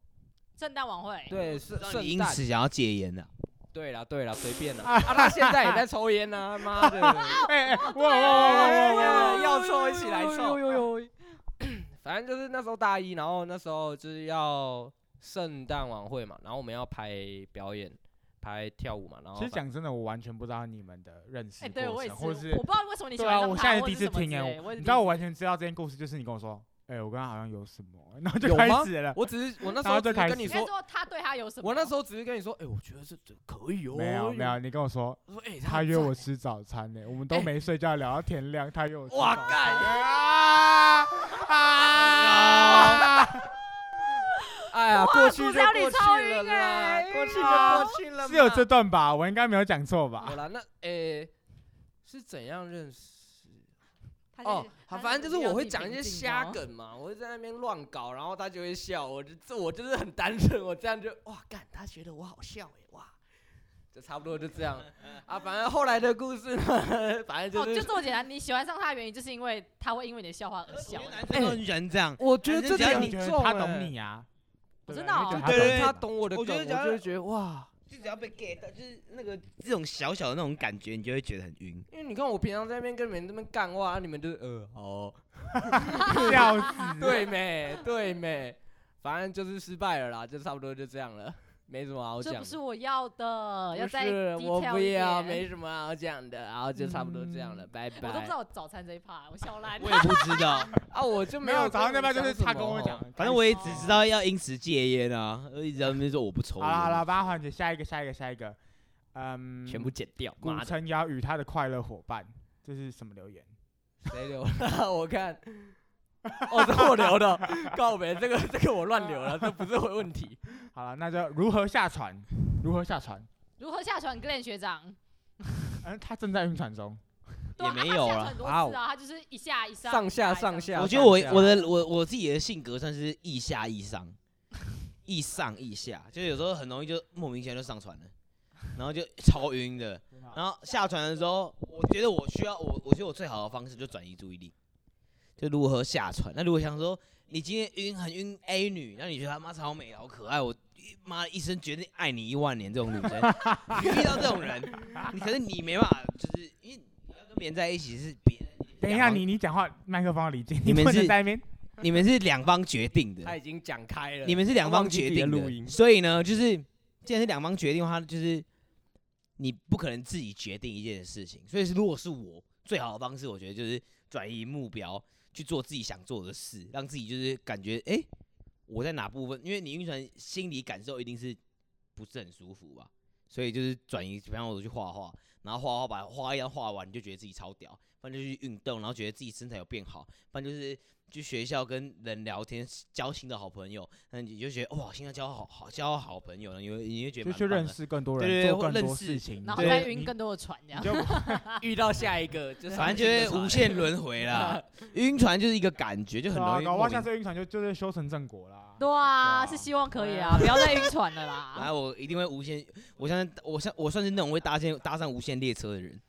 Speaker 3: 圣诞晚会，
Speaker 1: 对，圣
Speaker 2: 让你
Speaker 1: 圣
Speaker 2: 因
Speaker 1: 诞。
Speaker 2: 此想要戒烟的，
Speaker 1: 对啦对啦，随便啦。啊，他现在也在抽烟呐，妈
Speaker 4: [LAUGHS]
Speaker 1: 的！
Speaker 4: 哎哎，哇
Speaker 1: 哎
Speaker 4: 哇哇哇哇！
Speaker 1: 哎要抽一起来抽。
Speaker 3: 呦呦，
Speaker 1: 反正就是那时候大一，然后那时候就是要圣诞晚会嘛，然后我们要排表演，排跳舞嘛，然后
Speaker 4: 其实
Speaker 1: 反
Speaker 4: 讲真的，我完完全不知道你们的认识
Speaker 3: 哎，对我
Speaker 4: 过
Speaker 3: 也是，
Speaker 4: 程，
Speaker 3: 我
Speaker 4: 或
Speaker 3: 不知道
Speaker 4: 者是
Speaker 3: 为什么你喜
Speaker 4: 对
Speaker 3: 欢
Speaker 4: 啊，
Speaker 3: 上
Speaker 4: 我
Speaker 3: 他
Speaker 4: 现在
Speaker 3: 或
Speaker 4: 第一
Speaker 3: 是
Speaker 4: 次
Speaker 3: 什么之
Speaker 4: 听
Speaker 3: 类我
Speaker 4: 哎，
Speaker 3: 也是第一
Speaker 4: 你知道
Speaker 3: 次
Speaker 4: 我完全知道这件故事，就是你跟我说，哎，我跟他好像有什么，然后就
Speaker 1: 有
Speaker 4: 开
Speaker 1: 吗
Speaker 4: 始了。
Speaker 1: 我只是我那时
Speaker 4: 然
Speaker 1: 候
Speaker 4: 后
Speaker 1: 只
Speaker 4: 就
Speaker 1: 跟
Speaker 4: 是开
Speaker 1: 你
Speaker 3: 应该
Speaker 1: 说，
Speaker 3: 说他对他有什么？
Speaker 1: 我那时候只是跟你说，
Speaker 3: [LAUGHS]
Speaker 1: 哎，我觉得这这可以哦。
Speaker 4: 没有没有，，你跟我说
Speaker 1: 我说哎，
Speaker 4: 他
Speaker 1: 很
Speaker 4: 约
Speaker 1: 赞
Speaker 4: 我吃早餐呢，我们都
Speaker 1: 哎
Speaker 4: 没睡觉，聊到天亮，他约我吃
Speaker 1: 哇
Speaker 4: 早
Speaker 1: 干
Speaker 4: 餐啊啊！
Speaker 1: 哎呀，过去
Speaker 3: 股
Speaker 1: 就
Speaker 3: 票你
Speaker 1: 过
Speaker 3: 超
Speaker 1: 去了
Speaker 3: 晕
Speaker 1: 啦，
Speaker 3: 欸 [LAUGHS]
Speaker 1: 过去就
Speaker 4: 啊
Speaker 1: 过去了嘛。
Speaker 4: 是有这啊段吧？我应该没有讲错吧
Speaker 1: 好？啦，那诶、是怎样认识？
Speaker 3: 他是
Speaker 1: 哦，好，反正就是我会讲一些瞎，
Speaker 3: 他是比较自己平静的哦
Speaker 1: 梗嘛，我会在那边乱搞，然后他就会笑，我就这我就是很单纯，我这样就哇干，他觉得我好笑哎、哇，就差不多就这
Speaker 3: [LAUGHS]
Speaker 1: 样啊。反正后来的故事呢，反正
Speaker 3: 哦，
Speaker 1: 就是、
Speaker 4: [LAUGHS]
Speaker 3: 就这么简单。你喜欢上他的原因，就是因为他会因为你的笑话而笑。
Speaker 2: 男生都很喜欢这样。
Speaker 1: 我
Speaker 2: 觉得这
Speaker 4: 这样
Speaker 2: 点
Speaker 4: 你觉得他
Speaker 1: 欸
Speaker 4: 懂你啊？
Speaker 3: 我
Speaker 4: 对
Speaker 3: 真
Speaker 4: 啊
Speaker 3: 的哦
Speaker 4: 你觉得
Speaker 2: 对对
Speaker 4: 他
Speaker 1: 他
Speaker 4: 懂
Speaker 1: 懂我的
Speaker 2: 我
Speaker 1: 梗，
Speaker 2: 觉得
Speaker 1: 我
Speaker 2: 只要
Speaker 1: 就会觉得哇，
Speaker 2: 就只要被 get 到，就是那个这种小小的那种感觉，你就会觉得很晕。
Speaker 1: 因为你看我平常在那边跟你们那边干话，啊你们就是呃好哦、
Speaker 4: [LAUGHS] 你， [LAUGHS]
Speaker 3: [LAUGHS]
Speaker 4: 笑死。
Speaker 1: 对没？对没？反正就是失败了啦，就差不多就这样了，没什么好讲的。
Speaker 3: 这不是我要的，要
Speaker 1: 不
Speaker 3: 再
Speaker 1: 是
Speaker 3: detail
Speaker 1: 我不
Speaker 3: 一
Speaker 1: 要，
Speaker 3: 点
Speaker 1: 没什么好讲的，然后就差不多这样了，拜
Speaker 3: 我都不
Speaker 1: 拜
Speaker 3: 知。道我早餐这一趴，我笑烂。
Speaker 2: 我也不知道，
Speaker 1: 啊，我就
Speaker 4: 没
Speaker 1: 有
Speaker 4: 有早上
Speaker 1: 跟
Speaker 4: 那
Speaker 1: 你
Speaker 4: 边就是
Speaker 1: 讲什
Speaker 4: 他跟
Speaker 1: 么
Speaker 4: 我
Speaker 1: 哦 [LAUGHS]
Speaker 4: 讲，，
Speaker 2: [LAUGHS] 反正我也只知道要因此戒烟啊，我一直在那边说我不抽
Speaker 4: 好
Speaker 2: 烟。
Speaker 4: 了好了，帮他缓解，下一个下一个下一个，嗯，
Speaker 1: 全部剪掉，
Speaker 4: 古
Speaker 1: 妈的，
Speaker 4: 城瑶与他的快乐伙伴，这是什么留言？
Speaker 1: 谁留的？ [LAUGHS] 我看，哦，这我留的，告别这个这个我乱留了，这不是我的问题。
Speaker 4: 好了，那就如何下船？如何下船？
Speaker 3: 如何下船？Glen 学长，
Speaker 4: 嗯，他正在晕船中。
Speaker 3: 对啊
Speaker 2: 也没有啊
Speaker 3: 他下船很多
Speaker 1: 哇哦
Speaker 3: 次啊，他就是一下一上，
Speaker 1: 上
Speaker 3: 一
Speaker 1: 下
Speaker 3: 一
Speaker 1: 上下
Speaker 2: 我觉得我我的我我自己的性格算是易下易上，易上易下，就是有时候很容易就莫名其妙就上船了，然后就超晕的。
Speaker 4: 啊
Speaker 2: 然后下船的时候，我觉得我需要我我觉得我最好的方式就转移注意力，就如何下船。那如果想说你今天晕很晕 A 女，那你觉得她妈超美好可爱，我妈一生决定爱你一万年这种女生，你遇到这种人，你可是你没办法，就是因为你要跟别人在一起是别人。
Speaker 4: 等一下，你你讲话麦克风要离近，
Speaker 2: 你们
Speaker 4: 不能
Speaker 2: 是
Speaker 4: 在那边。
Speaker 1: [LAUGHS]
Speaker 2: 你们是两方决定
Speaker 1: [LAUGHS]
Speaker 2: 的，
Speaker 1: 他已经讲开 [LAUGHS] 了，
Speaker 2: 你们是两方决
Speaker 1: 他
Speaker 2: 定
Speaker 1: 忘记自己的录音
Speaker 2: 的，所以呢，就是既然是两方决定的话，就是你不可能自己决定一件事情。所以是如果是我，最好的方式，我觉得就是转移目标，去做自己想做的事，让自己就是感觉，哎、我在哪部分？因为你晕船，心理感受一定是不是很舒服吧？所以就是转移，比方我去画画，然后画画把画一张画完，你就觉得自己超屌；，不然就去运动，然后觉得自己身材有变好；，不然就是去学校跟人聊天，交新的好朋友，那你就觉得哇，现在交好好交好朋友了，你会你会觉得
Speaker 4: 就
Speaker 2: 蛮
Speaker 4: 去
Speaker 2: 棒
Speaker 4: 认
Speaker 2: 的
Speaker 4: 识更多人，
Speaker 2: 对对对
Speaker 4: 做更
Speaker 2: 或认
Speaker 4: 多
Speaker 2: 识
Speaker 4: 事情，
Speaker 3: 然后
Speaker 2: 对
Speaker 3: 再
Speaker 2: 你
Speaker 3: 晕更多的船，这样
Speaker 4: 你。就 [LAUGHS] 啊
Speaker 1: 遇到下一个，就
Speaker 2: 反正就是无限轮回
Speaker 4: [LAUGHS]
Speaker 2: 啦。晕船就是一个感觉，就很容易
Speaker 4: 啊搞不
Speaker 2: 莫
Speaker 4: 好下
Speaker 2: 名。
Speaker 4: 次晕船就就是修成正果啦。
Speaker 3: 对啊，是希望可以啊，不要再晕船了
Speaker 2: 然
Speaker 3: 啦。
Speaker 2: 后啊我一定会无限，我相信我像我算是那种会搭线搭上无线列车的人。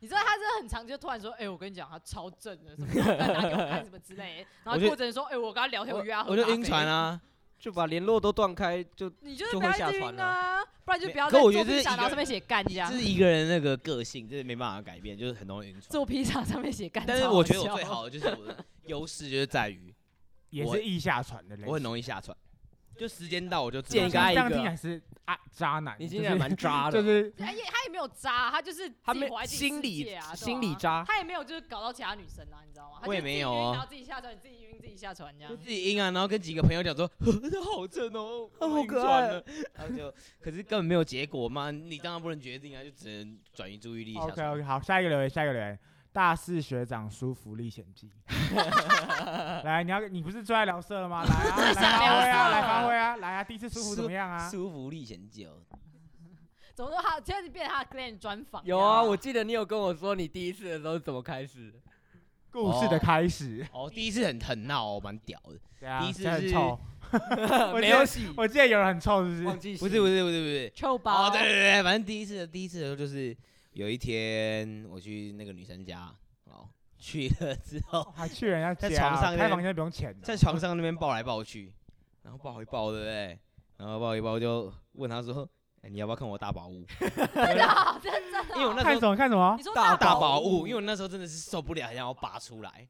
Speaker 3: 你知道他真的很常就突然说，哎，我跟你讲，他超正的，什么拿给我看什么之类的，然
Speaker 2: 我
Speaker 3: 后
Speaker 2: 就
Speaker 3: 过程说，哎，我跟他聊天，
Speaker 2: 我
Speaker 3: 约他喝
Speaker 2: 我就
Speaker 3: 咖
Speaker 2: 晕
Speaker 3: 啡
Speaker 2: 船。啊，
Speaker 1: 就把联络都断开，就
Speaker 3: 你就是
Speaker 1: 就
Speaker 3: 不要
Speaker 1: 会下
Speaker 3: 一直
Speaker 1: 船
Speaker 3: 晕啊，不然就
Speaker 2: 没
Speaker 3: 不要
Speaker 2: 可
Speaker 3: 在
Speaker 2: 我
Speaker 3: 做
Speaker 2: 觉得这
Speaker 3: 披
Speaker 2: 是
Speaker 3: 萨，
Speaker 2: 一
Speaker 3: 然后
Speaker 2: 个
Speaker 3: 上面写干这样 [LAUGHS]
Speaker 2: 这，是一个人那个个性，这是没办法改变，就是很容易晕船。
Speaker 3: 做披萨上面写干。
Speaker 2: 但是
Speaker 3: 超
Speaker 2: 我觉得我
Speaker 3: 笑
Speaker 2: 最好的就是我的优势就是在于
Speaker 4: 也
Speaker 2: 我
Speaker 4: 是易下船的类型。
Speaker 2: 我很容易下船，就时间到我就知道
Speaker 1: 见一
Speaker 4: 这
Speaker 1: 个爱
Speaker 4: 样
Speaker 1: 一
Speaker 4: 这样听起
Speaker 1: 个
Speaker 4: 来，是啊渣男，
Speaker 1: 你
Speaker 4: 就
Speaker 1: 今天还
Speaker 4: 是
Speaker 1: 蛮渣
Speaker 4: [LAUGHS] 就
Speaker 1: 的，
Speaker 4: 是
Speaker 3: 他也 [LAUGHS] 他也没有渣，他就是
Speaker 1: 他
Speaker 3: 自己
Speaker 1: 没
Speaker 3: 活在自己
Speaker 1: 心
Speaker 3: 世
Speaker 1: 理
Speaker 3: 界啊对
Speaker 1: 心理
Speaker 3: 啊
Speaker 1: 渣
Speaker 3: 他也没有就是搞到其他女生啊，你知道吗？他
Speaker 2: 我也
Speaker 3: 就是自己
Speaker 2: 没有
Speaker 3: 晕
Speaker 2: 哦
Speaker 3: 然后自己下船，自己晕自己下船这样
Speaker 2: 就。自己晕啊，然后跟几个朋友讲说，呵这好正哦，
Speaker 1: 啊
Speaker 2: 我
Speaker 1: 好
Speaker 2: 晕
Speaker 1: 可
Speaker 2: 船
Speaker 1: 爱
Speaker 2: 了，然后就可是根本没有结果嘛，你当然不能决定啊，就只能转移注意力下
Speaker 4: OK
Speaker 2: 船
Speaker 4: OK 好，下一个留言，下一个留言，大四学长舒服历险
Speaker 2: [LAUGHS]
Speaker 4: 记。来，你要你不是最爱聊色了吗？来啊，
Speaker 2: [LAUGHS]
Speaker 4: 来发挥啊，来发挥啊，来啊，第一次舒服怎么样啊？
Speaker 2: 舒服历险记哦，
Speaker 3: 怎么说他现在是变成他的 clan 专访这
Speaker 1: 有
Speaker 3: 样？
Speaker 1: 啊，我记得你有跟我说你第一次的时候是怎么开始，
Speaker 4: 故事的开始，
Speaker 2: 哦，第一次很很闹、哦，蛮屌的。
Speaker 4: 对啊
Speaker 2: 第一哦次
Speaker 4: 这很
Speaker 2: 是
Speaker 4: 臭，
Speaker 1: [LAUGHS]
Speaker 4: 我
Speaker 1: 没
Speaker 4: 记
Speaker 1: 有
Speaker 4: 得
Speaker 1: 洗，
Speaker 4: 我记得有人很臭，是不
Speaker 1: 忘
Speaker 4: 是？
Speaker 1: 记洗
Speaker 2: 不是不是不是不是，
Speaker 3: 臭
Speaker 2: 哦
Speaker 3: 包，
Speaker 2: 对对对，反正第一次的第一次的时候就是有一天我去那个女生家，哦，去了之后
Speaker 4: 还去人家
Speaker 2: 在
Speaker 4: 家
Speaker 2: 床上
Speaker 4: 开
Speaker 2: 面
Speaker 4: 房间不用钱的，
Speaker 2: 在床上那边抱来抱去，然后抱一抱对不对？然后抱一抱就问她说。哎你要不要看我大宝物？
Speaker 3: 真的啊 [LAUGHS] 真的啊。
Speaker 2: 因为我那时
Speaker 4: 看
Speaker 2: 候
Speaker 4: 什么看什
Speaker 2: [LAUGHS]
Speaker 4: 么
Speaker 3: 你？说
Speaker 1: 大
Speaker 2: 大
Speaker 1: 宝
Speaker 2: 宝
Speaker 1: 物
Speaker 2: 物，因为我那时候真的是受不了，想要拔出来，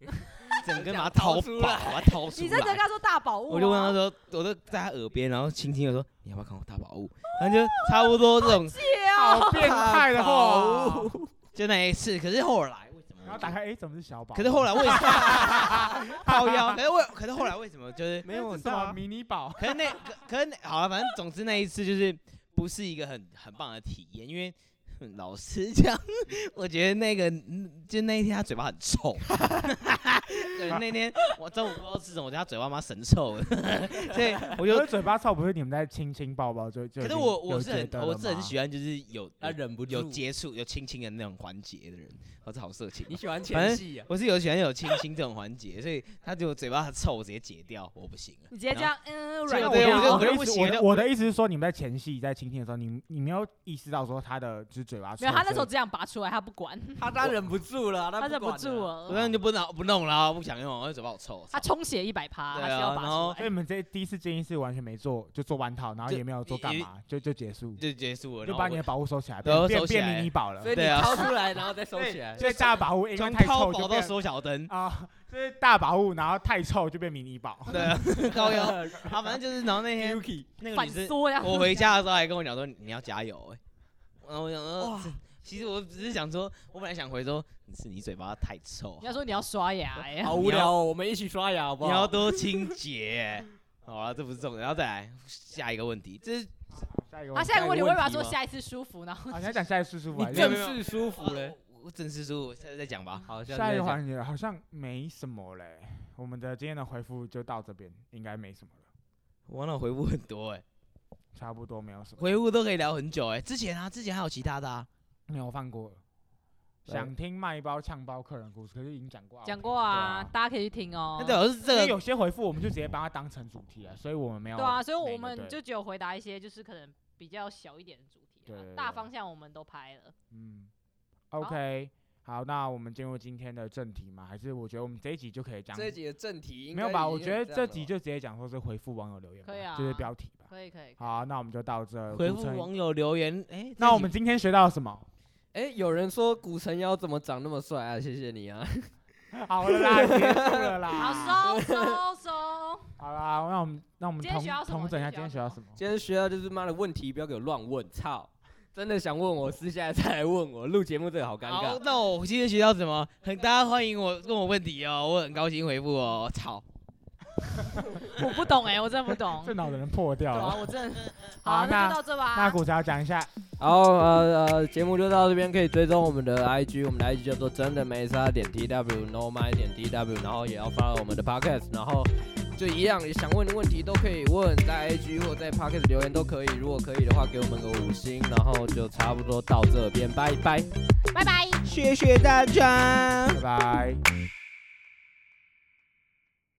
Speaker 2: 整个把它
Speaker 1: 掏
Speaker 2: 掏
Speaker 1: 出
Speaker 2: 出来，把它掏出
Speaker 3: 你认真跟
Speaker 2: 来。
Speaker 3: 他说大宝物吗？啊
Speaker 2: 我就问他说，我就在他耳边，然后轻轻的说，你要不要看我大宝物？然后就差不多这种，
Speaker 3: 姐啊，
Speaker 4: 好变态的
Speaker 1: 大
Speaker 4: 货！
Speaker 2: 就那一次。可是后来为什么？
Speaker 4: 然后打开，哎，怎么是小宝？
Speaker 2: 可是后来为什 [LAUGHS] 么？靠腰。可是为，可是后来为什么？就是
Speaker 1: 没有
Speaker 4: 这
Speaker 1: 很
Speaker 4: 是什
Speaker 1: 大
Speaker 4: 么
Speaker 1: 啊，
Speaker 4: 迷你宝？
Speaker 2: 可是那可可是那好啊了，反正总之那一次就是不是一个很很棒的体验，因为哼老实讲，我觉得那个嗯就那一天他嘴巴很臭， [LAUGHS] 对，那天我中午不知道吃什么，我觉得他嘴巴妈神臭的， [LAUGHS] 所以我
Speaker 4: 我
Speaker 2: 就
Speaker 4: 的。嘴巴臭，不是你们在亲亲抱抱就就已
Speaker 2: 可是
Speaker 4: 经
Speaker 2: 我
Speaker 4: 有
Speaker 2: 我是
Speaker 4: 觉
Speaker 2: 很
Speaker 4: 得
Speaker 2: 我
Speaker 4: 了
Speaker 2: 是很
Speaker 4: 吗
Speaker 2: 喜欢就是有
Speaker 1: 他忍不住
Speaker 2: 有接触有亲亲的那种环节的人，我是好色情
Speaker 1: 你。喜欢
Speaker 2: 反
Speaker 1: 前
Speaker 2: 正
Speaker 1: 戏啊呀？
Speaker 2: 我是有喜欢有亲亲这种环节，所以他就嘴巴很臭，我直接解掉，我不行了。
Speaker 3: 你直接这样，嗯，
Speaker 2: 对
Speaker 3: 软
Speaker 4: 那
Speaker 2: 对我
Speaker 4: 的
Speaker 2: 就
Speaker 3: 掉
Speaker 2: 我就
Speaker 4: 的
Speaker 2: 不
Speaker 4: 意思
Speaker 2: 行
Speaker 4: 我
Speaker 2: 了
Speaker 4: 的我的意思是说，你们在前戏在倾听的时候，你你没有意识到说他的就是嘴巴臭。
Speaker 3: 没有，他那时候
Speaker 4: 所以
Speaker 3: 这样拔出来，他不管，
Speaker 1: 他他忍不住了，
Speaker 2: 啊
Speaker 3: 他忍
Speaker 1: 不
Speaker 3: 不
Speaker 1: 管
Speaker 3: 住哦
Speaker 1: 了。
Speaker 4: 哦
Speaker 2: 我那
Speaker 3: 了，
Speaker 2: 天就不拿不弄了啊，不想用了，我嘴巴好臭。
Speaker 3: 他充血一百趴，
Speaker 2: 对
Speaker 3: 还
Speaker 2: 啊
Speaker 3: 是要拔
Speaker 2: 然后
Speaker 3: 出
Speaker 4: 所以
Speaker 3: 来。
Speaker 4: 你们这第一次建议是完全没做，就做完套，然后
Speaker 2: 就
Speaker 4: 也没有做干嘛，就就结束，
Speaker 2: 就结束了，然
Speaker 4: 就
Speaker 2: 后
Speaker 4: 把
Speaker 2: 我
Speaker 4: 你的宝物收起来，
Speaker 2: 对
Speaker 4: 变
Speaker 2: 我
Speaker 4: 变
Speaker 2: 收起
Speaker 4: 变
Speaker 2: 来
Speaker 4: 迷你宝了
Speaker 1: 所。以你
Speaker 2: 对啊
Speaker 1: 掏出来，然后再收起
Speaker 4: [LAUGHS]
Speaker 1: 来。
Speaker 4: 所以大宝物因为
Speaker 2: 从
Speaker 4: 太
Speaker 2: 超
Speaker 4: 臭就
Speaker 2: 薄到
Speaker 4: 变，
Speaker 2: 缩小灯
Speaker 4: [LAUGHS] 啊，就是大宝物，然后太臭就变迷你宝。
Speaker 2: 对啊， [LAUGHS] 高腰啊，反正就是，然后那
Speaker 4: [LAUGHS]
Speaker 2: 天那个
Speaker 3: 反
Speaker 2: 女生，
Speaker 3: 缩呀！
Speaker 2: 我回家的时候还跟我讲说你要加油哎，然后我想说
Speaker 1: 哇，
Speaker 2: 其实我只是想说，我本来想回说是你嘴巴太臭
Speaker 3: [LAUGHS] 你，要说你要刷牙哎，
Speaker 1: 好无聊哦，我们一起刷牙好不
Speaker 2: 你要
Speaker 1: 好？
Speaker 2: 多清洁。欸好了，这不是重点，然后再来下一个问题，这是
Speaker 4: 下一
Speaker 3: 啊，
Speaker 4: 个哦问题，
Speaker 3: 下一个问题我为什么要
Speaker 1: 下一个问题吗
Speaker 3: 说下一次舒服呢？
Speaker 4: 好，你要讲下一次舒服还
Speaker 1: 你
Speaker 4: 是，
Speaker 1: 正
Speaker 2: 没有没
Speaker 1: 式舒服嘞。
Speaker 2: 我我正式说，我下次再讲吧。
Speaker 1: 好，
Speaker 4: 下一个
Speaker 1: 环。
Speaker 4: 环节好像没什么嘞。我们的今天的回复就到这边，应该没什么了，
Speaker 2: 我那回复很多哎，
Speaker 4: 差不多没有什么，
Speaker 2: 回复都可以聊很久哎，之前啊，之前还有其他的啊，
Speaker 4: 没有放过了。
Speaker 2: 对
Speaker 4: 想听卖包呛包客人故事，可是已经讲过啊，
Speaker 3: 讲过啊，大家可以去听哦
Speaker 2: 那。主要是这
Speaker 4: 因
Speaker 2: 个
Speaker 4: 为有些回复我们就直接把它当成主题了，所以我们没有。
Speaker 3: 对啊，所以
Speaker 4: 每
Speaker 3: 我
Speaker 4: 个
Speaker 3: 们
Speaker 4: 对
Speaker 3: 就只有回答一些就是可能比较小一点的主题
Speaker 4: 对
Speaker 3: 啦
Speaker 4: 对，对
Speaker 3: 大方向我们都拍了。
Speaker 4: 嗯，OK，好，那我们进入今天的正题吗？还是我觉得我们这一集就可以讲？
Speaker 1: 这一集的正题应
Speaker 4: 没有
Speaker 1: 该
Speaker 4: 吧？
Speaker 1: 已
Speaker 4: 我
Speaker 1: 经
Speaker 4: 觉
Speaker 1: 有
Speaker 4: 得
Speaker 1: 这
Speaker 4: 这
Speaker 1: 样了
Speaker 4: 集
Speaker 1: 吧
Speaker 4: 就直接讲说是回复网友留言吧，
Speaker 3: 可以
Speaker 4: 就是
Speaker 3: 啊
Speaker 4: 标题吧。
Speaker 3: 可以可以，
Speaker 4: 好啊、那我们就到这。
Speaker 2: 回
Speaker 4: 古
Speaker 2: 复
Speaker 4: 城
Speaker 2: 网友留言，哎，
Speaker 4: 那
Speaker 2: 这
Speaker 4: 我
Speaker 2: 集
Speaker 4: 们今天学到了什么？
Speaker 1: 哎、有人说古城妖怎么长那么帅啊？谢谢你啊！
Speaker 4: 好了
Speaker 3: [LAUGHS]
Speaker 4: 啦，结束了啦。
Speaker 3: 好收收收，
Speaker 4: 好啦，那我们那我们
Speaker 3: 今天
Speaker 4: 同
Speaker 3: 学到什么
Speaker 4: 同整一下今
Speaker 3: 今天
Speaker 4: 天学
Speaker 3: 学
Speaker 4: 到
Speaker 3: 到
Speaker 4: 什
Speaker 3: 什
Speaker 4: 么？
Speaker 1: 今天学校就是妈的问题不要给我乱问，操！真的想问我，私下再来问我，录节目这个好尴
Speaker 2: 好
Speaker 1: 尬。，
Speaker 2: 那我今天学到什么？很大家欢迎我问我问题哦，我很高兴回复哦。操，
Speaker 3: 我不懂哎，我真的不
Speaker 4: [LAUGHS]
Speaker 3: 懂
Speaker 4: 这。脑子人破掉
Speaker 3: 对啊，
Speaker 4: 了。
Speaker 3: 我真的
Speaker 4: 哦好
Speaker 3: 好，那
Speaker 4: 那
Speaker 3: 就到这
Speaker 4: 那
Speaker 3: 吧。
Speaker 4: 古城要讲一下，
Speaker 1: 好，呃呃，节目就到这边，可以追踪我们的 IG，我们的 IG 叫做真的没啥点 TW no my 点 TW，然后也要发我们的 Podcast，然后就一样，想问的问题都可以问，在 IG 或在 Podcast 留言都可以，如果可以的话，给我们个五星，然后就差不多到这边，拜拜。
Speaker 3: 拜拜。
Speaker 2: 谢谢大家。
Speaker 4: 拜拜。